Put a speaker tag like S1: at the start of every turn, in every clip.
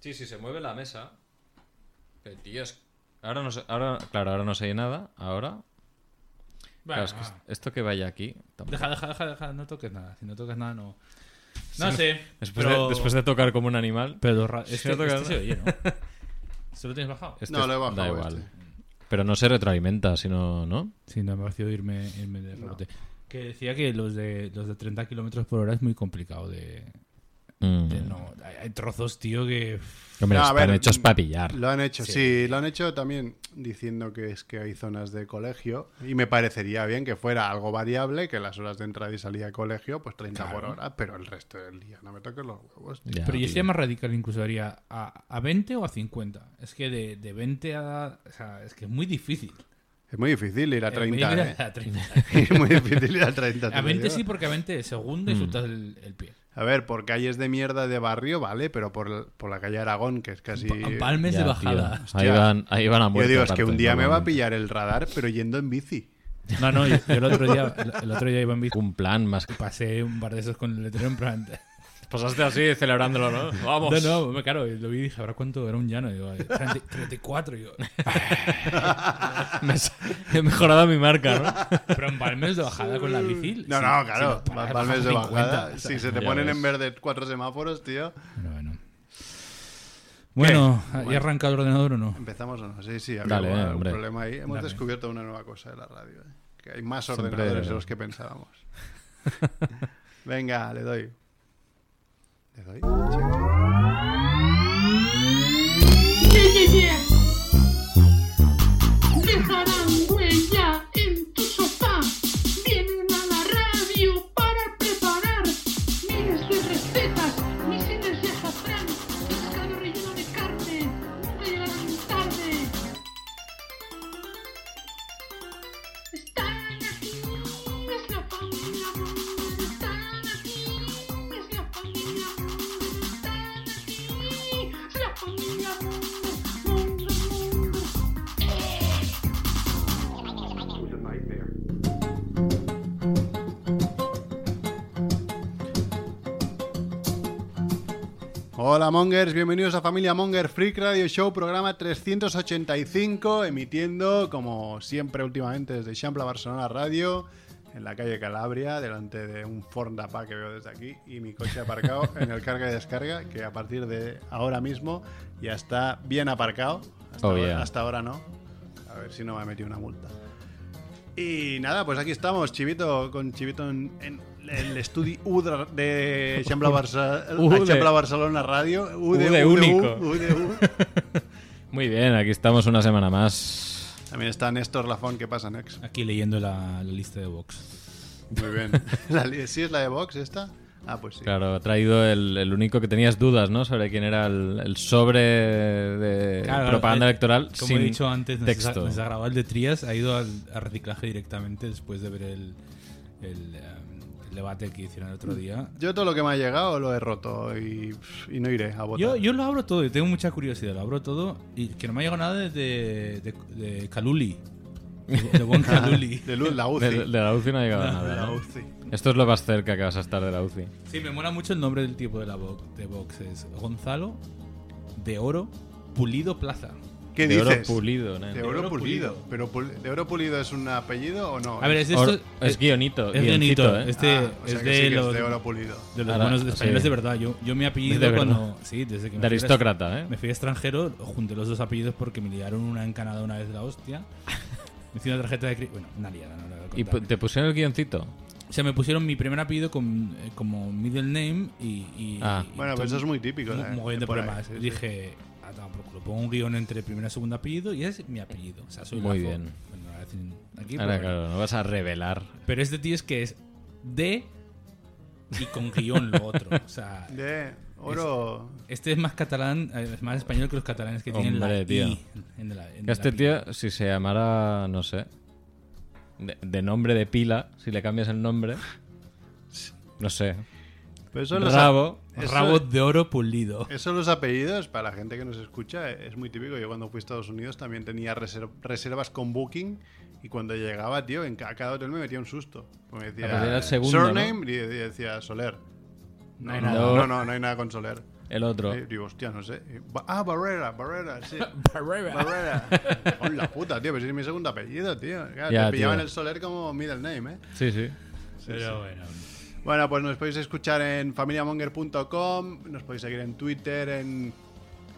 S1: Sí, sí, se mueve la mesa. Pero, tío, es- Ahora no sé. Ahora, claro, ahro no sé nada. Ahora.
S2: Bueno,
S1: Claro, es que
S2: va.
S1: est- esto que vaya aquí. tampoco-
S2: Deja, deja, deja, deja, no toques nada. Si no toques nada, no.
S1: Si
S2: No
S1: no-
S2: sé.
S1: Después,
S2: pero-
S1: de, después de tocar como un animal.
S2: Pero lo ra-
S1: Si
S2: este,
S1: no toca
S2: este se
S1: nada.
S2: oye, ¿no? ¿Se lo tienes bajado?
S1: este
S3: No, lo he
S1: es- Da
S3: bajado
S1: igual.
S3: este.
S1: Pero no se retroalimenta, sino. ¿No?
S2: Sí, no me ha parecido irme, irme de rebote. Que decía que los de, los de 30 kilómetros por hora es muy complicado de.
S1: Mm.
S2: de no, hay, hay trozos, tío, que.
S1: Hombre,
S3: No, a
S1: están
S3: ver,
S1: hechos para pillar.
S3: Lo han hecho, sí. lo han hecho también diciendo que es que hay zonas de colegio y me parecería bien que fuera algo variable, que las horas de entrada y salida de colegio, pues 30 por hora, pero el resto del día, no me toques los huevos. tío.
S1: Ya,
S2: Pero este yo
S1: tío.
S2: sería más radical, incluso haría a, a 20 o a 50. Es que de, de 20 a. O sea, es que es muy difícil.
S3: Es muy difícil ir a
S2: Eh, mira,
S3: 30,
S2: mira,
S3: ¿eh?
S2: a 30.
S3: Es muy difícil ir a 30. te
S2: A
S3: lo
S2: 20
S3: digo.
S2: sí, porque a 20 segunda y sueltas el, el pie.
S3: A ver, por calles de mierda de barrio, vale, pero por, por la calle Aragón, que es casi...
S2: Palmes
S1: Ya,
S2: de
S1: tío.
S2: bajada.
S1: Ahí
S3: Hostia.
S1: van, ahí van a
S3: Yo
S1: muerte.
S3: digo, es que
S1: aparte,
S3: un día me va a
S1: normalmente.
S3: pillar el radar, pero yendo en bici.
S2: No, no, yo, yo el otro día, el, el otro día iba en bici.
S1: Un plan más.
S2: Pasé un par de esos con el letrero en plan. Pues
S1: Pasaste así celebrándolo, ¿no? Vamos.
S2: No, no, me- claro, lo vi y dije, ¿ahora cuánto era un llano? Y Digo, eh, 30 34. y Digo, "Ah".
S1: Me sa- he mejorado mi marca, ¿no?
S2: pero en Balmes de bajada con la bici.
S3: No,
S2: sí,
S3: no,
S2: sí,
S3: claro.
S2: no,
S3: Val-
S2: para,
S3: Valmes de
S2: bajas 50,
S3: bajada.
S2: o sea.
S3: Si se te
S1: Ya
S3: ponen
S1: ves.
S3: en verde cuatro semáforos, tío.
S2: Pero bueno. Bueno, ¿y
S3: Bueno.
S2: ha arrancado el ordenador o no?
S3: Empezamos o no. Sí, sí, había
S1: Dale,
S3: algún-
S1: eh,
S3: algún
S1: hombre.
S3: problema ahí. Hemos
S2: Dale.
S3: descubierto una nueva cosa de la radio. eh, Que hay más
S1: Siempre-
S3: ordenadores de los que pensábamos. Venga, le doy. ¿Le doy? Sí.
S4: Yeah, yeah, yeah. Dejarán huella en tu sofá. Vienen a la radio para preparar miles de recetas, misiles de azafrán, pescado relleno de carne. Nunca llegarán tarde. Están aquí, es la familia. Bundes, Están aquí, es la familia. Bundes, Están aquí, es la familia. Bundes, Bundes, Bundes.
S3: Hola Mongers, bienvenidos a Familia Monger Freak Radio Show, programa 385, emitiendo como siempre últimamente desde Champla Barcelona Radio, en la calle Calabria, delante de un Ford Dapa que veo desde aquí y mi coche aparcado en el carga y descarga, que a partir de ahora mismo ya está bien aparcado. Hasta,
S1: Oh,
S3: ahora,
S1: yeah.
S3: hasta ahora no. A ver si no me ha metido una multa. Y nada, pues aquí estamos, Chivito, con Chivito en, en el estudio U de- de Xambla Barça-
S1: U de-
S3: Xambla Barcelona Radio. U
S1: U de
S3: de, U de U,
S1: único.
S3: U de U.
S1: Muy bien, aquí estamos una semana más.
S3: También está Néstor Lafón, ¿qué pasa, Nex?
S2: Aquí leyendo la, la lista de box.
S3: Muy bien. La li- ¿Sí es la de Vox esta? Ah, pues sí.
S1: Claro, ha traído el, el único que tenías dudas, ¿no? Sobre quién era el, el sobre de
S2: Claro,
S1: propaganda
S2: eh,
S1: electoral.
S2: Como
S1: sin
S2: he dicho antes, nos ha,
S1: texto.
S2: nos ha grabado el de Trías, ha ido al, al reciclaje directamente después de ver el, el, eh, el debate que hicieron el otro día.
S3: Yo todo lo que me ha llegado lo he roto y, y no iré a votar.
S2: Yo, yo lo abro todo, yo tengo mucha curiosidad, lo abro todo y que no me ha llegado nada de, de, de- de Caluli. De Bon Caluli.
S3: De luz, la UCI.
S1: de, de la UCI no ha llegado
S3: De
S1: nada.
S3: la
S1: ¿no?
S3: UCI.
S1: Esto es lo más cerca que vas a estar de la UCI.
S2: Sí, me mola mucho el nombre del tipo de la bo- de box. Es Gonzalo de Oro Pulido Plaza.
S3: ¿Qué
S1: de
S3: dices?
S1: oro pulido, ¿no?
S3: De oro,
S2: oro
S3: pulido.
S2: pulido.
S3: ¿Pero pul- de oro pulido es un apellido o no?
S2: A ver, es de
S1: Oro-
S2: estos-
S1: es, guionito.
S2: es
S1: guioncito,
S2: guionito,
S1: ¿eh?
S2: es-
S3: Ah,
S2: este
S3: o sea
S2: es
S3: que
S2: de
S3: sí que
S2: los-
S3: de oro pulido.
S2: de los
S1: Ahora,
S2: buenos españoles
S1: sí.
S2: de verdad. Yo, yo mi apellido
S1: De verdad.
S2: cuando. Sí, desde
S1: De
S2: que me fui a-
S1: aristócrata, ¿eh?
S2: Me fui a extranjero, junté los dos apellidos porque me liaron una encanada una vez de la hostia. Me hicieron una tarjeta de cri- Bueno, una liada, no la voy a
S1: Y
S2: contar.
S1: pu- te pusieron el guioncito.
S2: O sea, me pusieron mi primer apellido con, eh, como middle name y. y-
S1: Ah.
S2: y
S3: Bueno, pero
S2: tuve
S3: eso es
S2: un-
S3: muy típico,
S2: un
S3: ¿eh?
S2: mogollón de
S3: Por ahí,
S2: problemas.
S3: sí, sí.
S2: Dije, ah, toma por culo, pongo un guión entre primera y segundo apellido y es mi apellido. O sea, soy
S1: Muy
S2: Lazo.
S1: bien.
S2: Bueno, no voy a decir aquí,
S1: Ahora,
S2: pero, bueno.
S1: claro, no vas a revelar.
S2: Pero este tío es que es de y con guión lo otro. O sea,
S3: De oro.
S2: este es más catalán, eh, es más español que los catalanes que tienen la
S1: Hombre, tío.
S2: I en la- en el
S1: Este
S2: apellido.
S1: tío, si se llamara, no sé, de, de nombre de pila, si le cambias el nombre, no sé,
S3: Pero eso los a-
S1: Rabo,
S3: Eso-
S2: Rabo de oro pulido.
S3: Eso los apellidos, para la gente que nos escucha, eh, es muy típico. Yo cuando fui a Estados Unidos también tenía reser- reservas con Booking y cuando llegaba, tío, en ca- a cada hotel me metía un susto. Porque Me
S1: A partir
S3: decía
S1: del segundo,
S3: surname y y decía Soler. No,
S2: hay
S3: no,
S1: nada.
S3: no, no, no hay nada con Soler.
S1: El otro.
S3: Eh, digo, hostia, no sé. Y ba- Ah, Barrera, Barrera, sí.
S2: Barrera.
S3: Barrera. Con la puta, tío, pero si es mi segundo apellido, tío. Claro,
S1: Ya,
S3: te pillaban
S1: tío.
S3: el Soler como middle name, ¿eh?
S1: Sí, sí.
S2: Pero bueno.
S3: Bueno, pues nos podéis escuchar en familiamonger.com, nos podéis seguir en Twitter, en,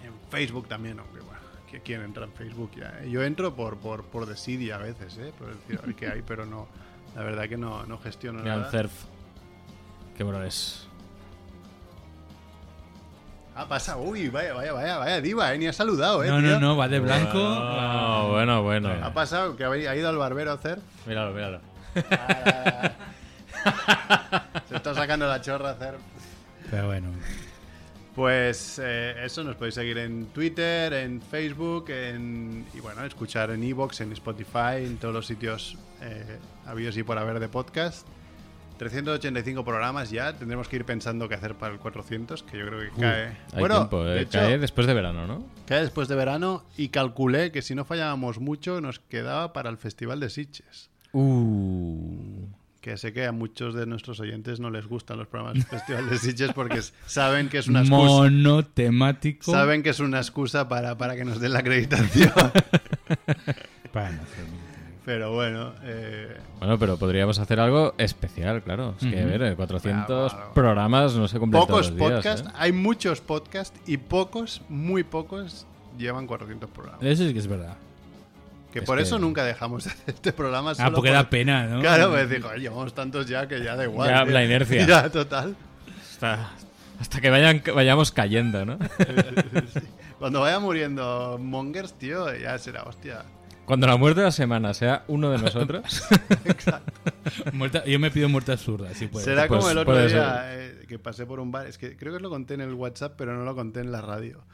S3: en Facebook también, aunque bueno, que quién entra en Facebook ya. eh? Yo entro por, por, por desidia a veces, ¿eh? Por decir, a ver qué hay, pero no, la verdad que no, no gestiono
S1: Gran
S3: nada.
S1: surf. Qué bueno es.
S3: Ah, pasa, uy, vaya, vaya, vaya, vaya, diva, eh, ni ha saludado, ¿eh?
S2: No,
S3: tío?
S2: no, no, va de blanco. va-
S1: Ah, bueno, bueno.
S3: Ha pasado que habéis- ha ido al barbero a hacer.
S1: Míralo, míralo.
S3: Se está sacando la chorra a hacer.
S2: Pero bueno.
S3: Pues eh, eso, nos podéis seguir en Twitter, en Facebook, en, y bueno, escuchar en Evox, en Spotify, en todos los sitios eh, habidos y por haber de podcast. 385 programas ya, tendremos que ir pensando qué hacer para el 400, que yo creo que cae.
S1: Hay
S3: bueno,
S1: tiempo, eh,
S3: de hecho,
S1: cae después de verano, ¿no?
S3: cae después de verano y calculé que si no fallábamos mucho nos quedaba para el Festival de Sitges.
S1: Uh.
S3: Que sé que a muchos de nuestros oyentes no les gustan los programas del Festival de Sitges porque s- saben que es una excusa.
S2: Monotemático.
S3: Saben que es una excusa para, para que nos den la acreditación.
S2: Para no hacer ningún-
S3: Pero bueno, eh,
S1: Bueno, pero podríamos hacer algo especial, claro. Es que, a ver, eh, 400
S3: Claro, claro.
S1: programas no se cumplen
S3: pocos
S1: todos los días,
S3: podcasts,
S1: ¿eh?
S3: hay muchos podcasts y pocos, muy pocos, llevan 400 programas.
S2: Eso sí que es verdad.
S3: Que
S1: Eh, es
S3: por
S1: que-
S3: eso nunca dejamos de hacer este programa.
S2: Ah,
S3: solo
S2: porque
S3: por-
S2: da pena, ¿no?
S3: Claro, pues digo, "Ay, llevamos tantos ya que ya da igual.
S1: Ya,
S3: tío".
S1: la inercia.
S3: Ya, total.
S1: Hasta, hasta que vayan, vayamos cayendo, ¿no?
S3: Cuando vaya muriendo Mongers, tío, ya será hostia.
S1: Cuando la muerte de la semana sea uno de nosotros.
S2: Muerta- yo me pido muerte absurda, si puede.
S3: Será
S1: pues,
S3: como el otro
S1: puede
S3: día eh, que pasé por un bar. Es que creo que lo conté en el WhatsApp, pero no lo conté en la radio.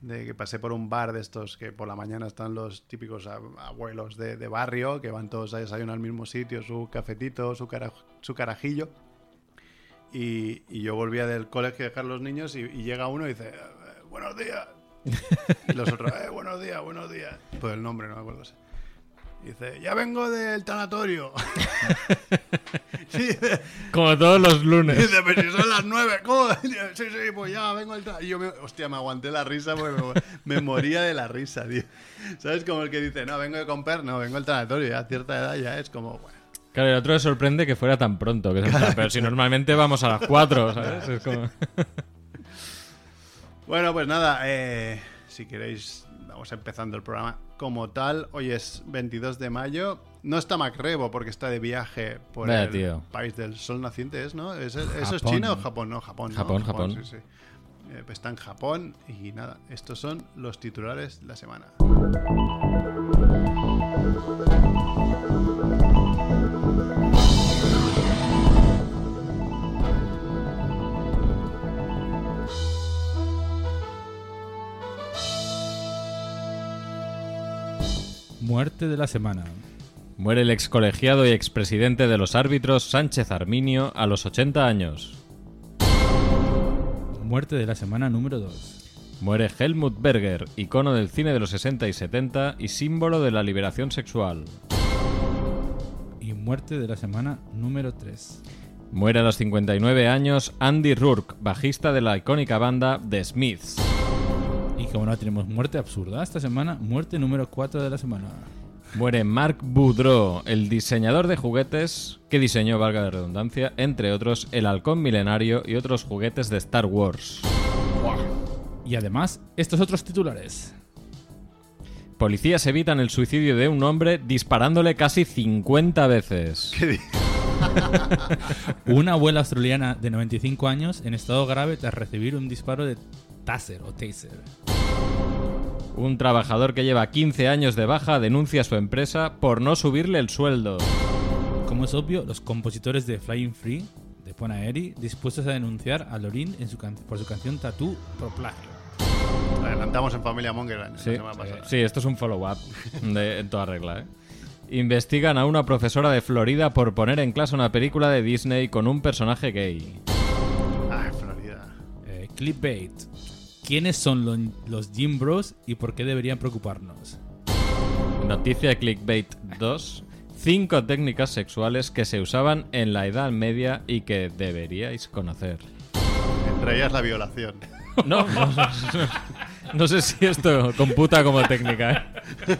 S3: De que pasé por un bar de estos que por la mañana están los típicos ab- abuelos de, de barrio que van todos a desayunar al mismo sitio, su cafetito, su, cara- su carajillo. Y, y yo volvía del colegio a dejar los niños y, y llega uno y dice: "Eh, Buenos días. Y los otros: "Eh, Buenos días, buenos días. Pues el nombre, no me acuerdo. Y dice: Ya vengo del tanatorio. Y dice,
S1: Como todos los lunes.
S3: Dice, pero si son las nueve, ¿cómo? Sí, sí, pues ya vengo al tra-". Y yo me, hostia, me aguanté la risa porque me, me moría de la risa, tío. ¿Sabes? Como el que dice, no, vengo de comprar, no, vengo al tanatorio, ya a cierta edad ya es como, bueno.
S1: Claro, el otro le sorprende que fuera tan pronto. que es en plan, pero si normalmente vamos a las 4, ¿sabes? Es como...
S3: Bueno, pues nada, eh, si queréis, vamos empezando el programa como tal. Hoy es 22 de mayo. No está Macrebo porque está de viaje por
S1: Vaya,
S3: el
S1: tío.
S3: país del sol naciente, ¿es, ¿no? ¿Es- ¿Eso es
S2: Japón.
S3: China o Japón? No, Japón. ¿no?
S1: Japón, Japón.
S3: sí, sí. Eh, pues está en Japón y nada, estos son los titulares de la semana.
S2: Muerte de la semana.
S1: Muere el excolegiado y expresidente de los árbitros Sánchez Arminio a los 80 años.
S2: Muerte de la semana número 2.
S1: Muere Helmut Berger, icono del cine de los 60 y 70 y símbolo de la liberación sexual.
S2: Y muerte de la semana número 3.
S1: Muere a los 59 años Andy Rourke, bajista de la icónica banda The Smiths.
S2: Y como no tenemos muerte absurda esta semana, muerte número 4 de la semana.
S1: Muere Marc Boudreau, el diseñador de juguetes que diseñó, valga la redundancia, entre otros el halcón milenario y otros juguetes de Star Wars.
S2: Y además, estos otros titulares.
S1: Policías evitan el suicidio de un hombre disparándole casi 50 veces.
S2: Una abuela australiana de 95 años en estado grave tras recibir un disparo de taser o taser.
S1: Un trabajador que lleva 15 años de baja denuncia a su empresa por no subirle el sueldo.
S2: Como es obvio, los compositores de Flying Free, de Ponaeri, dispuestos a denunciar a Lorin en su can- por su canción Tattoo por plagio.
S3: Lo adelantamos en Familia Monger la
S1: Sí,
S3: semana pasada.
S1: sí, esto es un follow-up de- en toda regla. ¿eh? Investigan a una profesora de Florida por poner en clase una película de Disney con un personaje gay.
S3: Ay, Ah, Florida.
S2: Eh, clipbait. ¿Quiénes son lo- los Jim Bros y por qué deberían preocuparnos?
S1: Noticia Clickbait 2. Cinco técnicas sexuales que se usaban en la Edad Media y que deberíais conocer.
S3: Entre ellas la violación.
S1: No, no, no, no sé si esto computa como técnica. ¿eh?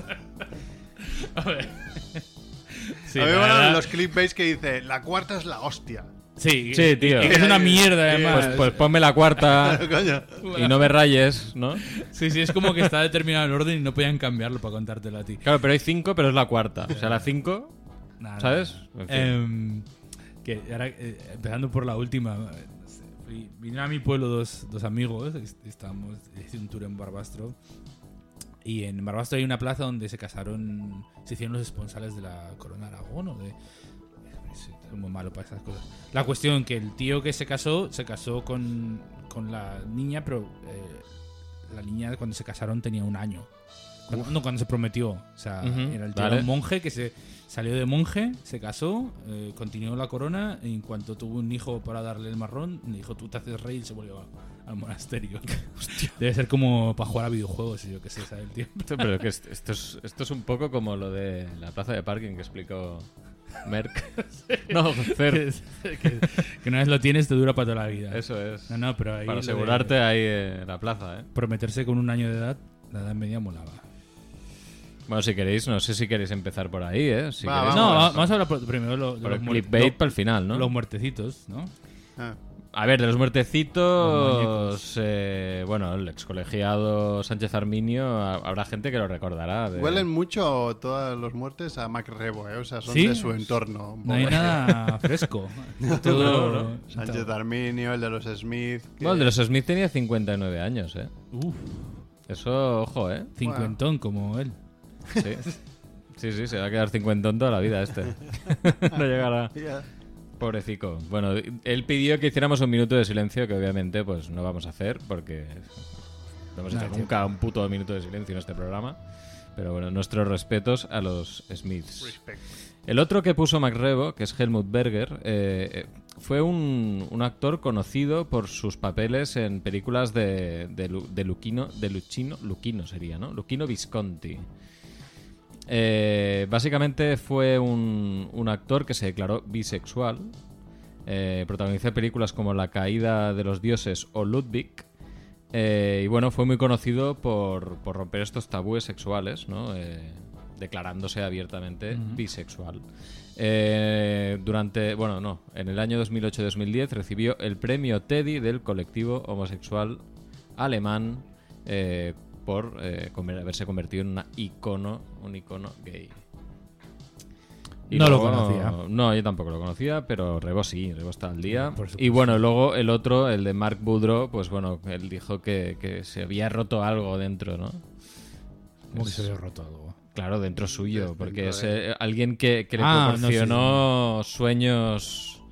S2: Sí,
S3: a mí
S2: la
S3: me molan
S2: verdad-
S3: los clipbaits que dice la cuarta es la hostia.
S2: sí,
S1: Sí, tío.
S2: Es una mierda, además.
S1: Pues, pues ponme la cuarta
S3: Coño.
S1: y no me rayes, ¿no?
S2: Sí, sí, es como que está determinado el orden y no podían cambiarlo para contártelo a ti.
S1: Claro, pero hay cinco, pero es la cuarta. O sea, la cinco,
S2: Nada,
S1: ¿sabes? En fin.
S2: Em, que ahora, eh, empezando por la última, eh, no sé, fui- vinieron a mi pueblo dos, dos amigos, es- estábamos haciendo un tour en Barbastro. Y en Barbastro hay una plaza donde se casaron, se hicieron los esponsales de la Corona Aragón o de... pues, Es muy malo para esas cosas. La cuestión que el tío que se casó, se casó con, con la niña, pero eh, la niña cuando se casaron tenía un año. Cuando, no, cuando se prometió. O sea,
S1: Ujú,
S2: era el tío
S1: vale.
S2: era un monje que se salió de monje, se casó, eh, continuó la corona y en cuanto tuvo un hijo para darle el marrón, le dijo tú te haces rey y se volvió a- al monasterio. Debe ser como para jugar a videojuegos, yo qué sé, ¿sabes? El tío.
S1: Esto- Pero que es- esto, es, esto es un poco como lo de la plaza de parking que explicó Merck. No,
S2: que,
S1: Cer.
S2: que- que una vez lo tienes te dura para toda la vida.
S1: Eso es.
S2: No, no, pero ahí
S1: Para
S2: lo de
S1: asegurarte ahí eh, la plaza, ¿eh?
S2: Prometerse con un año de edad, la edad media molaba.
S1: Bueno, si queréis, no sé si queréis empezar por ahí, ¿eh? Si
S3: Va,
S1: queréis,
S2: no, va-
S1: pues,
S2: vamos a hablar por- primero lo- de
S1: por
S2: los,
S1: el
S2: muer-
S1: clickbait
S2: lo-
S1: para el final, ¿no?
S2: los muertecitos, ¿no?
S3: Ah.
S1: A ver, de los
S2: Los
S1: muertecitos. eh, bueno, el excolegiado Sánchez Arminio, ha- habrá gente que lo recordará. de-
S3: Huelen mucho todas las muertes a Mac Rebo, ¿eh? o sea, son
S2: ¿Sí?
S3: de su entorno. un
S2: No hay
S3: poco.
S2: nada fresco. Todo-
S3: Sánchez Arminio, el de los Smith. que-
S1: Bueno, el de los Smith tenía 59 años, ¿eh?
S2: Uf,
S1: Eso, ojo, ¿eh?
S2: cincuentón como él.
S1: Sí. Sí, sí, se va a quedar cincuentón toda la vida este. no llegará.
S3: Ya.
S1: Pobrecico. Bueno, él pidió que hiciéramos un minuto de silencio, que obviamente pues no vamos a hacer, porque no hemos
S2: No
S1: hecho
S2: hay
S1: nunca un puto minuto de silencio en este programa. Pero bueno, nuestros respetos a los Smiths.
S3: Respect.
S1: El otro que puso MacRebo, que es Helmut Berger, eh, eh, fue un, un actor conocido por sus papeles en películas de, de, Lu- de Luquino, de Luchino, Luquino sería, ¿no? Luquino Visconti. Eh, básicamente fue un, un actor que se declaró bisexual. Eh, protagonizó películas como La caída de los dioses o Ludwig. Eh, y bueno, fue muy conocido por, por romper estos tabúes sexuales, ¿no? Eh, declarándose abiertamente bisexual. Eh, durante, bueno, no, en el año 2008-2010 recibió el premio Teddy del colectivo homosexual alemán eh, por eh, conver- haberse convertido en una icono, un icono gay.
S2: No lo conocía.
S1: No, yo tampoco lo conocía, pero Rebo sí, Rebo está al día.
S2: Por supuesto.
S1: Y bueno, luego el otro, el de Mark Boudreau, pues bueno, él dijo que, que se había roto algo dentro, ¿no?
S2: Como que se había roto algo.
S1: Claro, dentro suyo,
S3: Dentro
S1: porque
S3: de-
S1: es eh, alguien que, que le
S2: Ah, no, sí,
S1: proporcionó sueños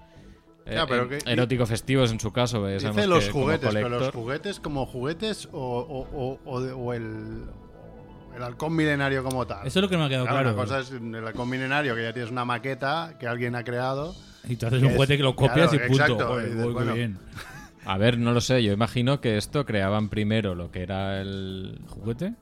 S1: eh,
S3: Ya, pero
S1: eh,
S3: que-
S1: erótico festivos en su caso. eh, sabemos
S3: Dice los
S1: que como
S3: juguetes, pero los
S1: colector-
S3: juguetes como juguetes o, o- o- o de- o el, el halcón milenario como tal.
S2: Eso es lo que me ha quedado
S3: Claro,
S2: claro.
S3: Una cosa es el halcón milenario, que ya tienes una maqueta que alguien ha creado.
S2: Y tú haces un
S3: es-
S2: juguete que lo copias
S3: claro,
S2: y punto.
S3: exacto,
S2: Joder,
S3: y dices,
S2: uy, qué
S3: bueno.
S2: bien.
S1: A ver, no lo sé, yo imagino que esto creaban primero lo que era el...
S2: ¿Juguete?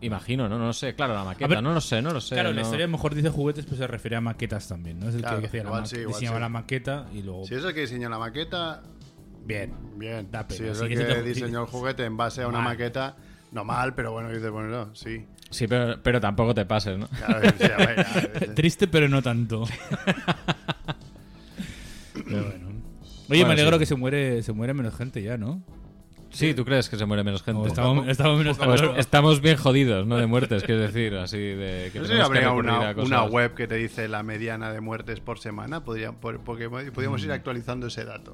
S1: Imagino, no, no lo sé, claro, la maqueta,
S2: ver,
S1: no lo sé, no lo sé.
S2: claro, la
S1: no-
S2: historia a lo mejor dice juguetes, pero se refiere a maquetas también, ¿no? Es el
S3: Claro,
S2: que hacía la,
S3: igual
S2: ma-
S3: sí, igual
S2: diseñaba
S3: sí.
S2: la maqueta y luego.
S3: Si es el que diseñó la maqueta,
S2: Bien.
S3: bien.
S2: Da pena,
S3: si es
S2: sí,
S3: el
S2: que se
S3: que
S2: te-
S3: diseñó el juguete en base a una
S2: Mal.
S3: maqueta, no mal, pero bueno, dices, bueno, no, sí.
S1: Sí, pero, pero tampoco te pases, ¿no?
S3: Claro, sí, a ver, a ver,
S2: Triste, pero no tanto. pero bueno. Oye,
S1: Bueno,
S2: me alegro
S1: sí.
S2: que se muere, se muere menos gente ya, ¿no?
S1: Sí, ¿tú crees que se muere menos gente?
S2: O estamos, estamos menos
S1: O est-
S2: calor.
S1: estamos bien jodidos, ¿no? De muertes, quiero decir, así de... Que
S3: No sé
S1: tenemos
S3: si
S1: que
S3: habría
S1: recurrir
S3: una,
S1: a cosas.
S3: una web que te dice la mediana de muertes por semana, podría, por- porque podríamos ir actualizando ese dato.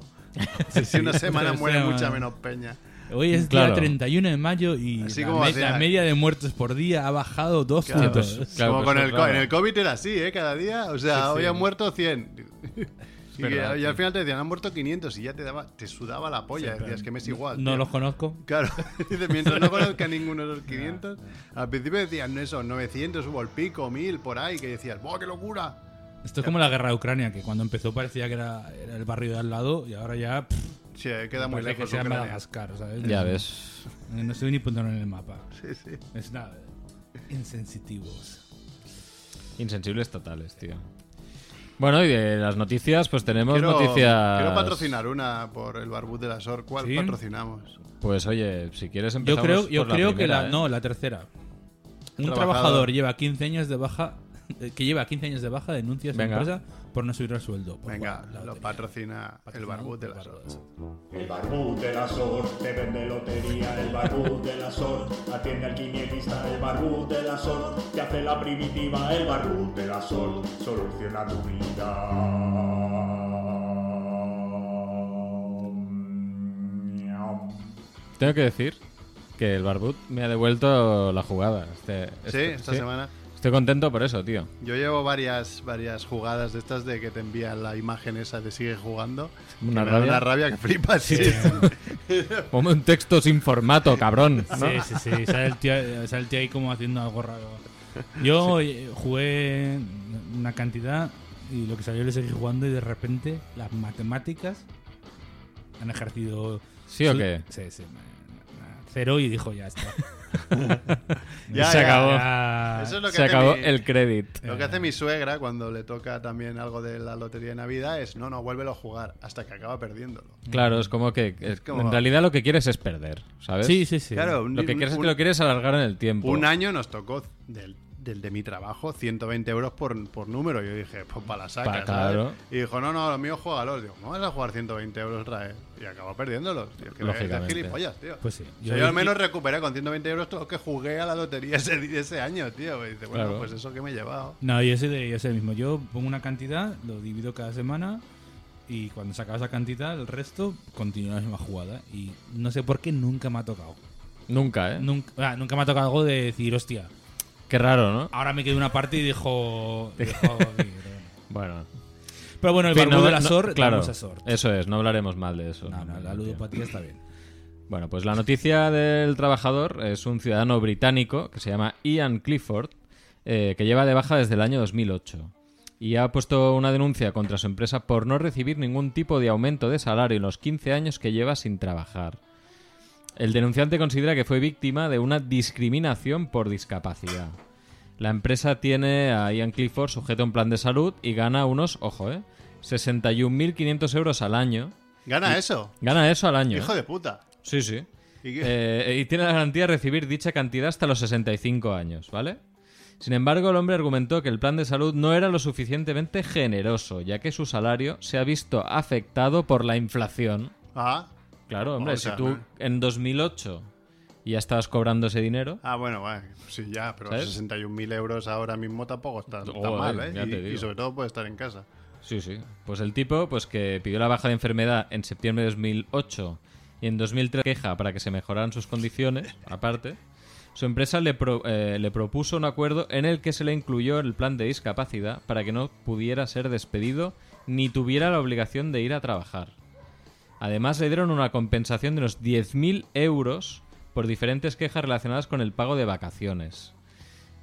S3: si una semana
S2: Otra
S3: muere
S2: semana.
S3: mucha menos peña.
S2: Hoy es
S1: Claro.
S2: día 31 de mayo y
S3: Así
S2: la,
S3: como
S2: me-
S3: hacía-
S2: la media de muertos por día ha bajado dos
S3: Claro.
S2: puntos.
S1: Claro,
S3: Como
S1: pues
S3: con
S1: eso,
S3: el, co-
S1: claro.
S3: en el COVID era así, ¿eh? Cada día. O sea, hoy han muerto 100. y,
S1: verdad,
S3: y
S1: tío.
S3: al final te decían, han muerto 500 y ya te daba te sudaba la polla. decías que me es igual.
S2: No
S3: tío".
S2: los conozco.
S3: Claro, dice, mientras no conozca ninguno de los 500. Al principio decían eso, 900, hubo el pico, 1000, por ahí, que decías, ¡buah, qué locura!
S2: Esto es como la guerra de Ucrania, que cuando empezó parecía que era, era el barrio de al lado y ahora ya pff,
S3: Se eh, queda
S1: Pues
S3: muy
S2: parece que
S3: lejos.
S2: sea
S3: Ucrania.
S2: Madagascar, ¿sabes?
S1: Ya
S2: No-
S1: ves.
S2: No se ve ni punto en el mapa.
S3: Sí, sí.
S2: Es nada. Insensitivos.
S1: Insensibles totales, tío. Bueno, y de las noticias, pues tenemos
S3: Quiero,
S1: noticias.
S3: quiero patrocinar una por el barbud de la SOR. ¿Cuál
S2: ¿Sí?
S3: patrocinamos?
S1: Pues oye, si quieres
S2: Yo
S1: empezamos
S2: creo, yo
S1: por la
S2: creo que
S1: primera,
S2: la.
S1: ¿eh?
S2: No, la tercera. Un
S3: Trabajador.
S2: trabajador. lleva 15 años de baja. eh, Que lleva 15 años de baja, denuncia a su
S1: Venga.
S2: empresa por no subir el sueldo. Por
S3: Venga,
S2: cual, la
S3: lo
S2: lotería.
S3: patrocina el barbud de la
S2: Patrocinado
S3: SOR.
S2: por Barbud.
S5: El barbú de la SOR te vende lotería, el barbú de la SOR atiende al quinielista, el barbú de la SOR te hace la primitiva, el barbú de la SOR soluciona tu vida.
S1: Tengo que decir que el Barbut me ha devuelto la jugada. Este,
S3: Sí,
S1: este-
S3: esta
S1: sí.
S3: semana.
S1: Estoy contento por eso, tío.
S3: Yo llevo varias, varias jugadas de estas de que te envían la imagen esa de sigue jugando. que
S1: Una
S3: me da
S1: rabia.
S3: una rabia que flipas. Sí.
S1: Ponme un texto sin formato, cabrón. ¿no?
S2: Sí, sí, sí. Sale el, tío, eh, sale el tío ahí como haciendo algo raro. Yo eh, jugué una cantidad y lo que salió le seguí jugando y de repente las matemáticas han ejercido...
S1: ¿Sí o
S2: su-
S1: qué?
S2: Sí, sí. na- na- Cero y dijo ya está.
S3: Ya,
S1: Se
S3: ya,
S1: acabó.
S2: Ya-
S3: Eso es lo que
S1: Se
S3: hace
S1: acabó
S3: mi-
S1: el crédito.
S3: Lo que hace mi suegra cuando le toca también algo de la lotería de Navidad es, no, no, vuélvelo a jugar hasta que acaba perdiéndolo.
S1: Claro, es como que es-
S3: como-
S1: en realidad lo que quieres es perder, ¿sabes?
S2: Sí, sí, sí.
S3: Claro, un,
S1: Lo que quieres es
S3: un-
S1: que lo quieres alargar en el tiempo.
S3: un año nos tocó del, del de mi trabajo 120 euros por, por número. Yo dije, pues para la saca,
S1: Pa-
S3: ¿sabes?
S1: claro.
S3: Y dijo, no, no, lo mío juégalos. Digo, ¿cómo vas a jugar 120 euros otra vez? Y acabó perdiéndolos. Tío, que es de
S1: Lógicamente.
S3: gilipollas, tío.
S2: Pues sí.
S3: O sea, Yo, al menos recuperé con 120 euros todo lo que jugué a la lotería ese, ese año, tío. Y dice, bueno,
S1: Claro.
S3: pues eso que me he llevado.
S2: No, yo soy, de, yo soy el mismo. Yo pongo una cantidad, lo divido cada semana y cuando se acaba esa cantidad, el resto continúa la misma jugada. Y no sé por qué nunca me ha tocado.
S1: Nunca, ¿eh?
S2: Nunca, ah, nunca me ha tocado algo de decir, hostia,
S1: Qué raro, ¿no?
S2: ahora me quedé una parte y dijo. dijo,
S1: Bueno.
S2: pero bueno, el
S1: En fin,
S2: barbú
S1: no-
S2: de la
S1: no-
S2: SOR,
S1: claro, Eh,
S2: damos a SOR.
S1: Eso es, no hablaremos mal de eso.
S2: No, no, la
S1: tío.
S2: ludopatía está bien.
S1: Bueno, pues la noticia del trabajador es un ciudadano británico que se llama Ian Clifford, eh, que lleva de baja desde el año 2008 y ha puesto una denuncia contra su empresa por no recibir ningún tipo de aumento de salario en los 15 años que lleva sin trabajar. El denunciante considera que fue víctima de una discriminación por discapacidad. La empresa tiene a Ian Clifford sujeto a un plan de salud y gana unos, ojo, eh, 61.500 euros al año.
S3: Gana eso,
S1: Gana eso al año. ¿eh?
S3: hijo de puta.
S1: Sí, sí.
S3: ¿Y qué?
S1: Eh, y tiene la garantía de recibir dicha cantidad hasta los 65 años, ¿vale? Sin embargo, el hombre argumentó que el plan de salud no era lo suficientemente generoso, ya que su salario se ha visto afectado por la inflación.
S3: Ah,
S1: Claro, hombre,
S3: O sea,
S1: si tú
S3: ¿no?
S1: en 2008 ya estabas cobrando ese dinero,
S3: ah, bueno, bueno, sí, ya, pero
S1: ¿Sabes?
S3: 61.000 euros ahora mismo tampoco está tan
S1: Joder,
S3: mal, ¿eh?
S1: ya te
S3: Y- Y,
S1: digo.
S3: sobre todo puede estar en casa.
S1: Sí, sí. Pues el tipo, pues que pidió la baja de enfermedad en septiembre de 2008 y en 2003 queja para que se mejoraran sus condiciones, aparte, su empresa le, pro- eh, le propuso un acuerdo en el que se le incluyó el plan de discapacidad para que no pudiera ser despedido ni tuviera la obligación de ir a trabajar. Además, le dieron una compensación de unos 10.000 euros por diferentes quejas relacionadas con el pago de vacaciones.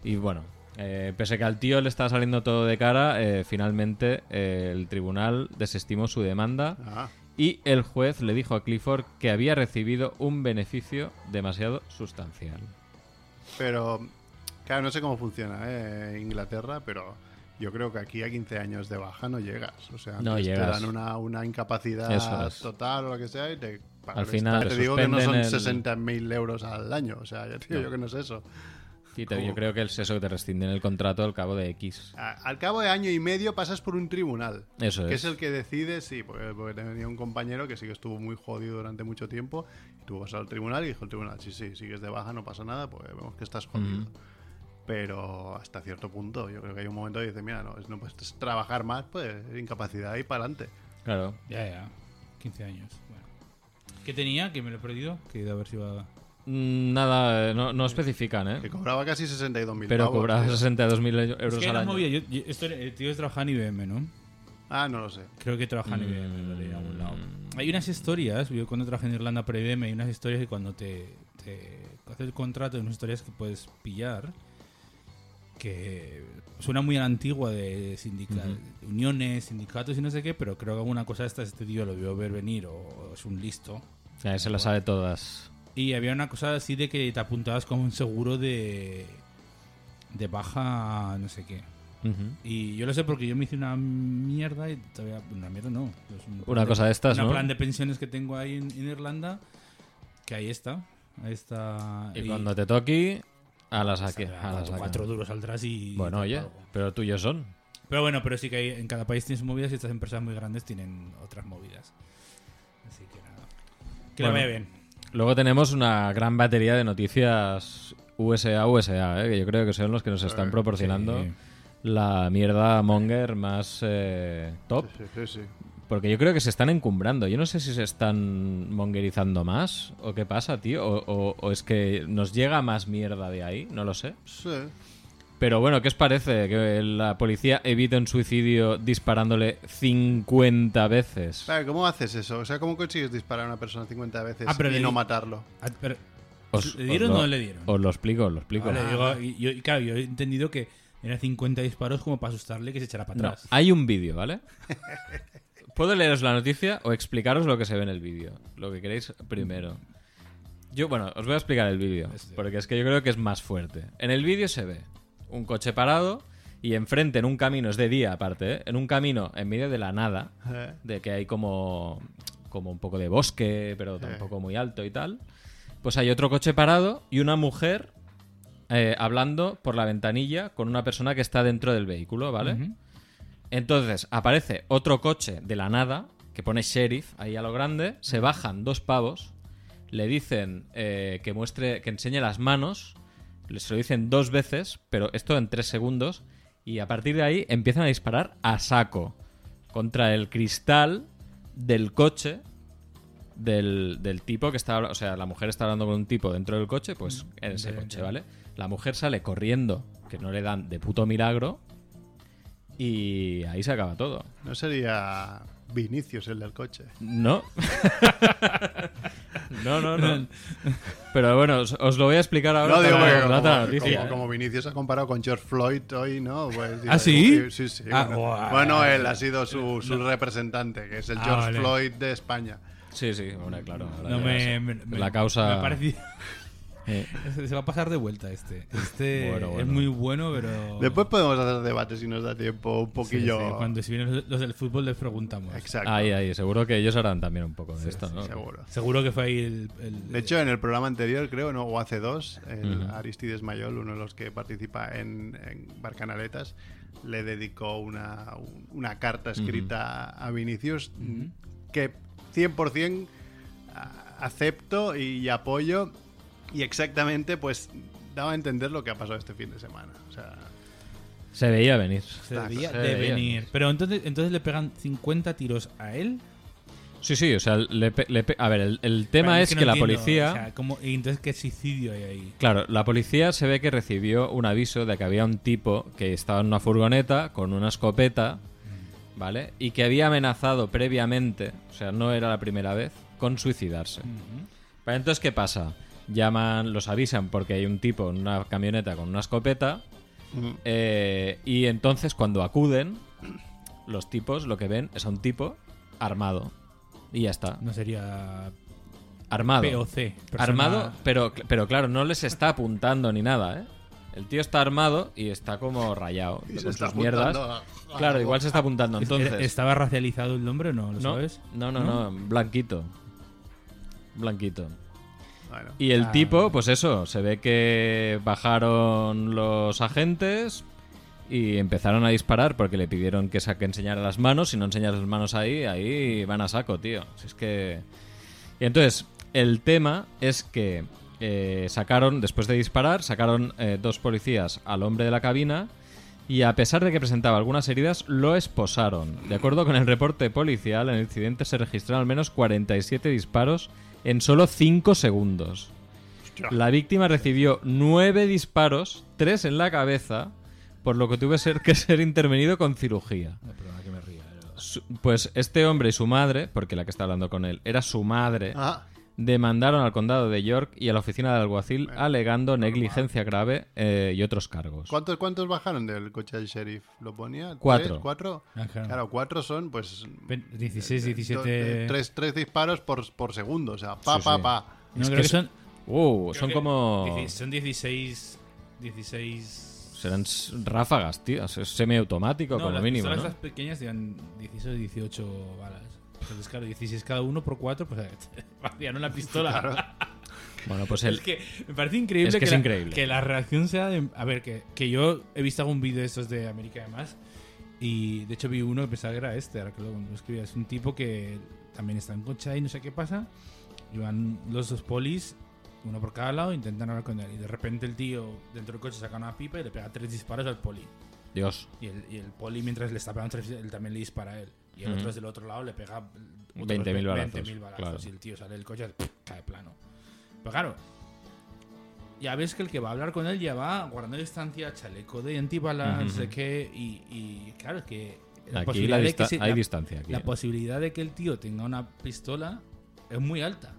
S1: Y bueno, eh, pese que al tío le estaba saliendo todo de cara, eh, finalmente eh, el tribunal desestimó su demanda
S3: Ah,
S1: y el juez le dijo a Clifford que había recibido un beneficio demasiado sustancial.
S3: pero, claro, no sé cómo funciona ¿eh? Inglaterra, pero yo creo que aquí a 15 años de baja no llegas. O sea,
S1: No
S3: antes te
S1: llegas.
S3: dan una, una incapacidad
S1: Eso es.
S3: total o lo que sea y te...
S1: Al final
S3: te
S1: te
S3: digo que no son
S1: suspenden el-
S3: 60.000 euros al año, o sea, ya te digo
S1: No.
S3: yo que no es eso.
S1: Y te-
S3: ¿Cómo?
S1: yo creo que es eso que te rescinden el contrato al cabo de X.
S3: A- Al cabo de año y medio pasas por un tribunal.
S1: Eso
S3: Que
S1: es.
S3: es el que decide, sí, porque, porque tenía un compañero que sí que estuvo muy jodido durante mucho tiempo. Y tú vas al tribunal y dijo el tribunal, sí, sí, sigues de baja, no pasa nada, pues vemos que estás jodido. Pero hasta cierto punto, yo creo que hay un momento que dices, mira, no, no puedes trabajar más, pues incapacidad y para adelante.
S1: Claro.
S2: Ya, ya. 15 años. Bueno. ¿Qué tenía? Que me lo he perdido. Que iba a ver si iba.
S1: Mm, Nada, eh, no, no especifican,
S3: Que
S1: ¿eh?
S3: cobraba casi 62.000
S1: Pero
S3: pavos,
S1: cobraba
S3: tío.
S1: 62.000 e- euros
S2: Es que
S1: al
S2: era
S1: año.
S2: movida. Yo, yo- esto, era- el tío trabajaba en IBM, ¿no?
S3: Ah, no lo sé.
S2: Creo que trabaja en
S1: Mm.
S2: IBM, lo leí en algún lado. Hay unas historias, yo cuando trabajé en Irlanda para IBM, hay unas historias que cuando te, te haces el contrato, hay unas historias que puedes pillar, que suena muy a la antigua de sindica- uniones, sindicatos y no sé qué, pero creo que alguna cosa de estas este tío lo vio ver venir o, o es un listo.
S1: Ya, se las sabe todas.
S2: Y había una cosa así de que te apuntabas como un seguro de, de baja, no sé qué.
S1: Ujú.
S2: Y yo lo sé porque yo me hice una mierda y todavía. Una mierda no. es un plan
S1: Una cosa de estas,
S2: una
S1: ¿no?
S2: plan de pensiones que tengo ahí en, en Irlanda. Que ahí está. Ahí está.
S1: Y cuando te toque, a la saque. A la
S2: cuatro,
S1: saque.
S2: cuatro duros saldrás y.
S1: Bueno,
S2: y te
S1: oye,
S2: pago.
S1: pero tuyos son.
S2: Pero bueno, pero sí que hay- en cada país tienes movidas y estas empresas muy grandes tienen otras movidas. Así que nada. Que lo
S1: Bueno.
S2: vea bien.
S1: Luego tenemos una gran batería de noticias USA, USA, ¿eh? que yo creo que son los que nos están proporcionando
S2: sí.
S1: la mierda monger más eh, top.
S3: Sí, sí, sí.
S1: Porque yo creo que se están encumbrando. Yo no sé si se están mongerizando más o qué pasa, tío. O, o- o es que nos llega más mierda de ahí, no lo sé.
S3: Sí.
S1: Pero bueno, ¿qué os parece? Que la policía evita un suicidio disparándole 50 veces.
S3: Claro, ¿cómo haces eso? O sea, ¿cómo consigues disparar a una persona 50 veces
S2: Ah, pero
S3: y
S2: le-
S3: no matarlo?
S2: Ah, pero-
S1: Os-
S2: ¿Le dieron
S1: os
S2: o
S1: lo-
S2: no le dieron?
S1: Os lo explico, os lo explico.
S2: Vale, digo, y- yo, y claro, yo he entendido que eran 50 disparos como para asustarle que se echara para
S1: No, Ah,
S2: atrás.
S1: hay un vídeo, ¿vale? Puedo leeros la noticia o explicaros lo que se ve en el vídeo. Lo que queréis primero. Yo, bueno, os voy a explicar el vídeo.
S2: Este.
S1: Porque es que yo creo que es más fuerte. En el vídeo se ve un coche parado y enfrente en un camino, es de día aparte, ¿eh? en un camino en medio de la nada,
S3: Eh.
S1: de que hay como, como un poco de bosque, pero tampoco muy alto y tal. Pues hay otro coche parado y una mujer eh, hablando por la ventanilla con una persona que está dentro del vehículo, ¿vale? Entonces aparece otro coche de la nada que pone sheriff ahí a lo grande, se bajan dos pavos, le dicen eh, que muestre, que enseñe las manos, les lo dicen dos veces, pero esto en tres segundos y a partir de ahí empiezan a disparar a saco contra el cristal del coche del, del tipo que está, habla- o sea, la mujer está hablando con un tipo dentro del coche, pues en ese coche, ¿vale? La mujer sale corriendo, que no le dan de puto milagro. Y ahí se acaba todo.
S3: No sería Vinicius el del coche.
S1: No. no, no, no. Pero bueno, os, os lo voy a explicar ahora.
S3: No, digo,
S1: para
S3: porque
S1: dar
S3: como,
S1: la
S3: como-
S1: noticia, ¿eh?
S3: como Vinicius ha comparado con George Floyd hoy, ¿no? Pues, digo,
S2: ¿Ah, sí?
S3: Sí, sí.
S2: Ah,
S3: bueno,
S2: guau.
S3: Bueno, él ha sido su, su representante, que es el
S2: Ah,
S3: George
S2: vale.
S3: Floyd de España.
S1: Sí, sí, bueno, claro. ahora
S2: No
S1: ya
S2: me,
S1: sé.
S2: me- me-
S1: la causa.
S2: me ha parecido-
S1: Eh,
S2: se se va a pasar de vuelta este. Este
S1: Bueno,
S2: es
S1: bueno.
S2: muy bueno, pero.
S3: Después podemos hacer debates si nos da tiempo,
S2: Oh.
S3: un
S2: Sí, Ah, sí,
S3: poquillo.
S2: Cuando si vienen los- los del fútbol les preguntamos.
S3: Exacto.
S1: ahí, ahí. Seguro que ellos harán también un poco de esto, ¿no?
S3: Seguro.
S2: Seguro que fue ahí el. el-
S3: De hecho, en el programa anterior, creo, ¿no? o hace dos, el Aristides Mayol, uno de los que participa en, en Barcanaletas, le dedicó una, un- una carta escrita a Vinicius que 100% a- acepto y, y apoyo y exactamente pues daba a entender lo que ha pasado este fin de semana. O sea,
S1: Se veía venir.
S2: se debía
S1: se
S2: de
S1: debía.
S2: venir. Pero entonces, entonces le pegan 50 tiros a él.
S1: Sí, sí, o sea, le pe- le pe- a ver, el, el tema
S2: Pero
S1: es que,
S2: no
S1: la
S2: entiendo,
S1: policía.
S2: o sea, ¿cómo- y entonces, ¿qué suicidio hay ahí?
S1: Claro, la policía se ve que recibió un aviso de que había un tipo que estaba en una furgoneta con una escopeta, ¿vale? Y que había amenazado previamente, o sea, no era la primera vez, con suicidarse. Pero entonces, ¿qué pasa? Llaman, los avisan porque hay un tipo en una camioneta con una escopeta. eh, y entonces, cuando acuden, los tipos lo que ven es a un tipo armado. Y ya está.
S2: No sería
S1: Armado.
S2: POC. persona-
S1: Armado, pero, pero claro, no les está apuntando ni nada, ¿eh? El tío está armado y está como rayado.
S3: Y
S1: con
S3: se está
S1: sus mierdas.
S3: apuntando a- a
S1: Claro,
S3: algo.
S1: igual se está apuntando. Entonces,
S2: ¿Estaba racializado el nombre o no? ¿Lo
S1: no,
S2: Este- sabes?
S1: no, no, no, blanquito. Blanquito.
S3: bueno,
S1: Y el tipo, pues eso, se ve que bajaron los agentes y empezaron a disparar porque le pidieron que, sa- que enseñara las manos. Si no enseñas las manos ahí, ahí van a saco, tío. Si es que. Y entonces, el tema es que eh, sacaron, después de disparar, sacaron eh, dos policías al hombre de la cabina. Y a pesar de que presentaba algunas heridas, lo esposaron. De acuerdo con el reporte policial, en el incidente se registraron al menos 47 disparos en solo 5 segundos. La víctima recibió 9 disparos, 3 en la cabeza, por lo que tuvo ser- que ser intervenido con cirugía.
S2: No, perdona que me ría.
S1: Su- Pues este hombre y su madre, porque la que está hablando con él era su madre,
S3: Ah,
S1: demandaron al condado de York y a la oficina del alguacil alegando negligencia grave eh, y otros cargos.
S3: ¿Cuántos, ¿Cuántos bajaron del coche del sheriff? ¿Lo ponía? ¿Tres?
S1: Cuatro.
S3: ¿Cuatro?
S2: Ah, claro.
S3: Claro, cuatro son pues
S2: 16,
S3: Eh, Do- de-
S2: 17.
S3: Tres, tres disparos por, por segundo, o sea, pa,
S1: Sí,
S3: pa,
S1: sí.
S3: pa.
S2: No,
S1: Es
S2: creo
S1: que
S2: que son.
S1: Uh,
S2: creo
S1: son
S2: que
S1: como...
S2: dieci- Son 16. 16.
S1: serán s- ráfagas, tío. Es es semiautomático,
S2: No,
S1: como
S2: las
S1: mínimo.
S2: pistolas
S1: ¿no?
S2: esas pequeñas llevan 16 o 18 balas. Entonces, claro, 16 cada uno por 4, pues vacian una pistola.
S1: Bueno, pues el.
S2: Es que me parece increíble,
S1: Es que es
S2: la,
S1: increíble.
S2: que la reacción sea de... A ver, que, que yo he visto algún vídeo de estos de América además y de hecho vi uno que pensaba que era este, ahora que lo, lo escribía. Es un tipo que también está en coche ahí, no sé qué pasa, y van los dos polis, uno por cada lado, intentan hablar con él y de repente el tío dentro del coche saca una pipa y le pega tres disparos al poli.
S1: Dios.
S2: Y el, y el poli, mientras le está pegando tres, él también le dispara a él. Y el
S1: Ujú.
S2: otro desde el otro lado le pega otros
S1: 20.000 balazos,
S2: 20.000 balazos.
S1: claro.
S2: Y el tío sale del coche, ¡pff! cae plano. Pero claro, ya ves que el que va a hablar con él ya va guardando distancia, chaleco de antibalas, no sé
S1: Ujú.
S2: qué. Y, y claro, es que.
S1: Aquí la
S2: de que
S1: dista-
S2: se-
S1: hay
S2: la-
S1: distancia. Aquí,
S2: la
S1: ¿eh?
S2: posibilidad de que el tío tenga una pistola es muy alta.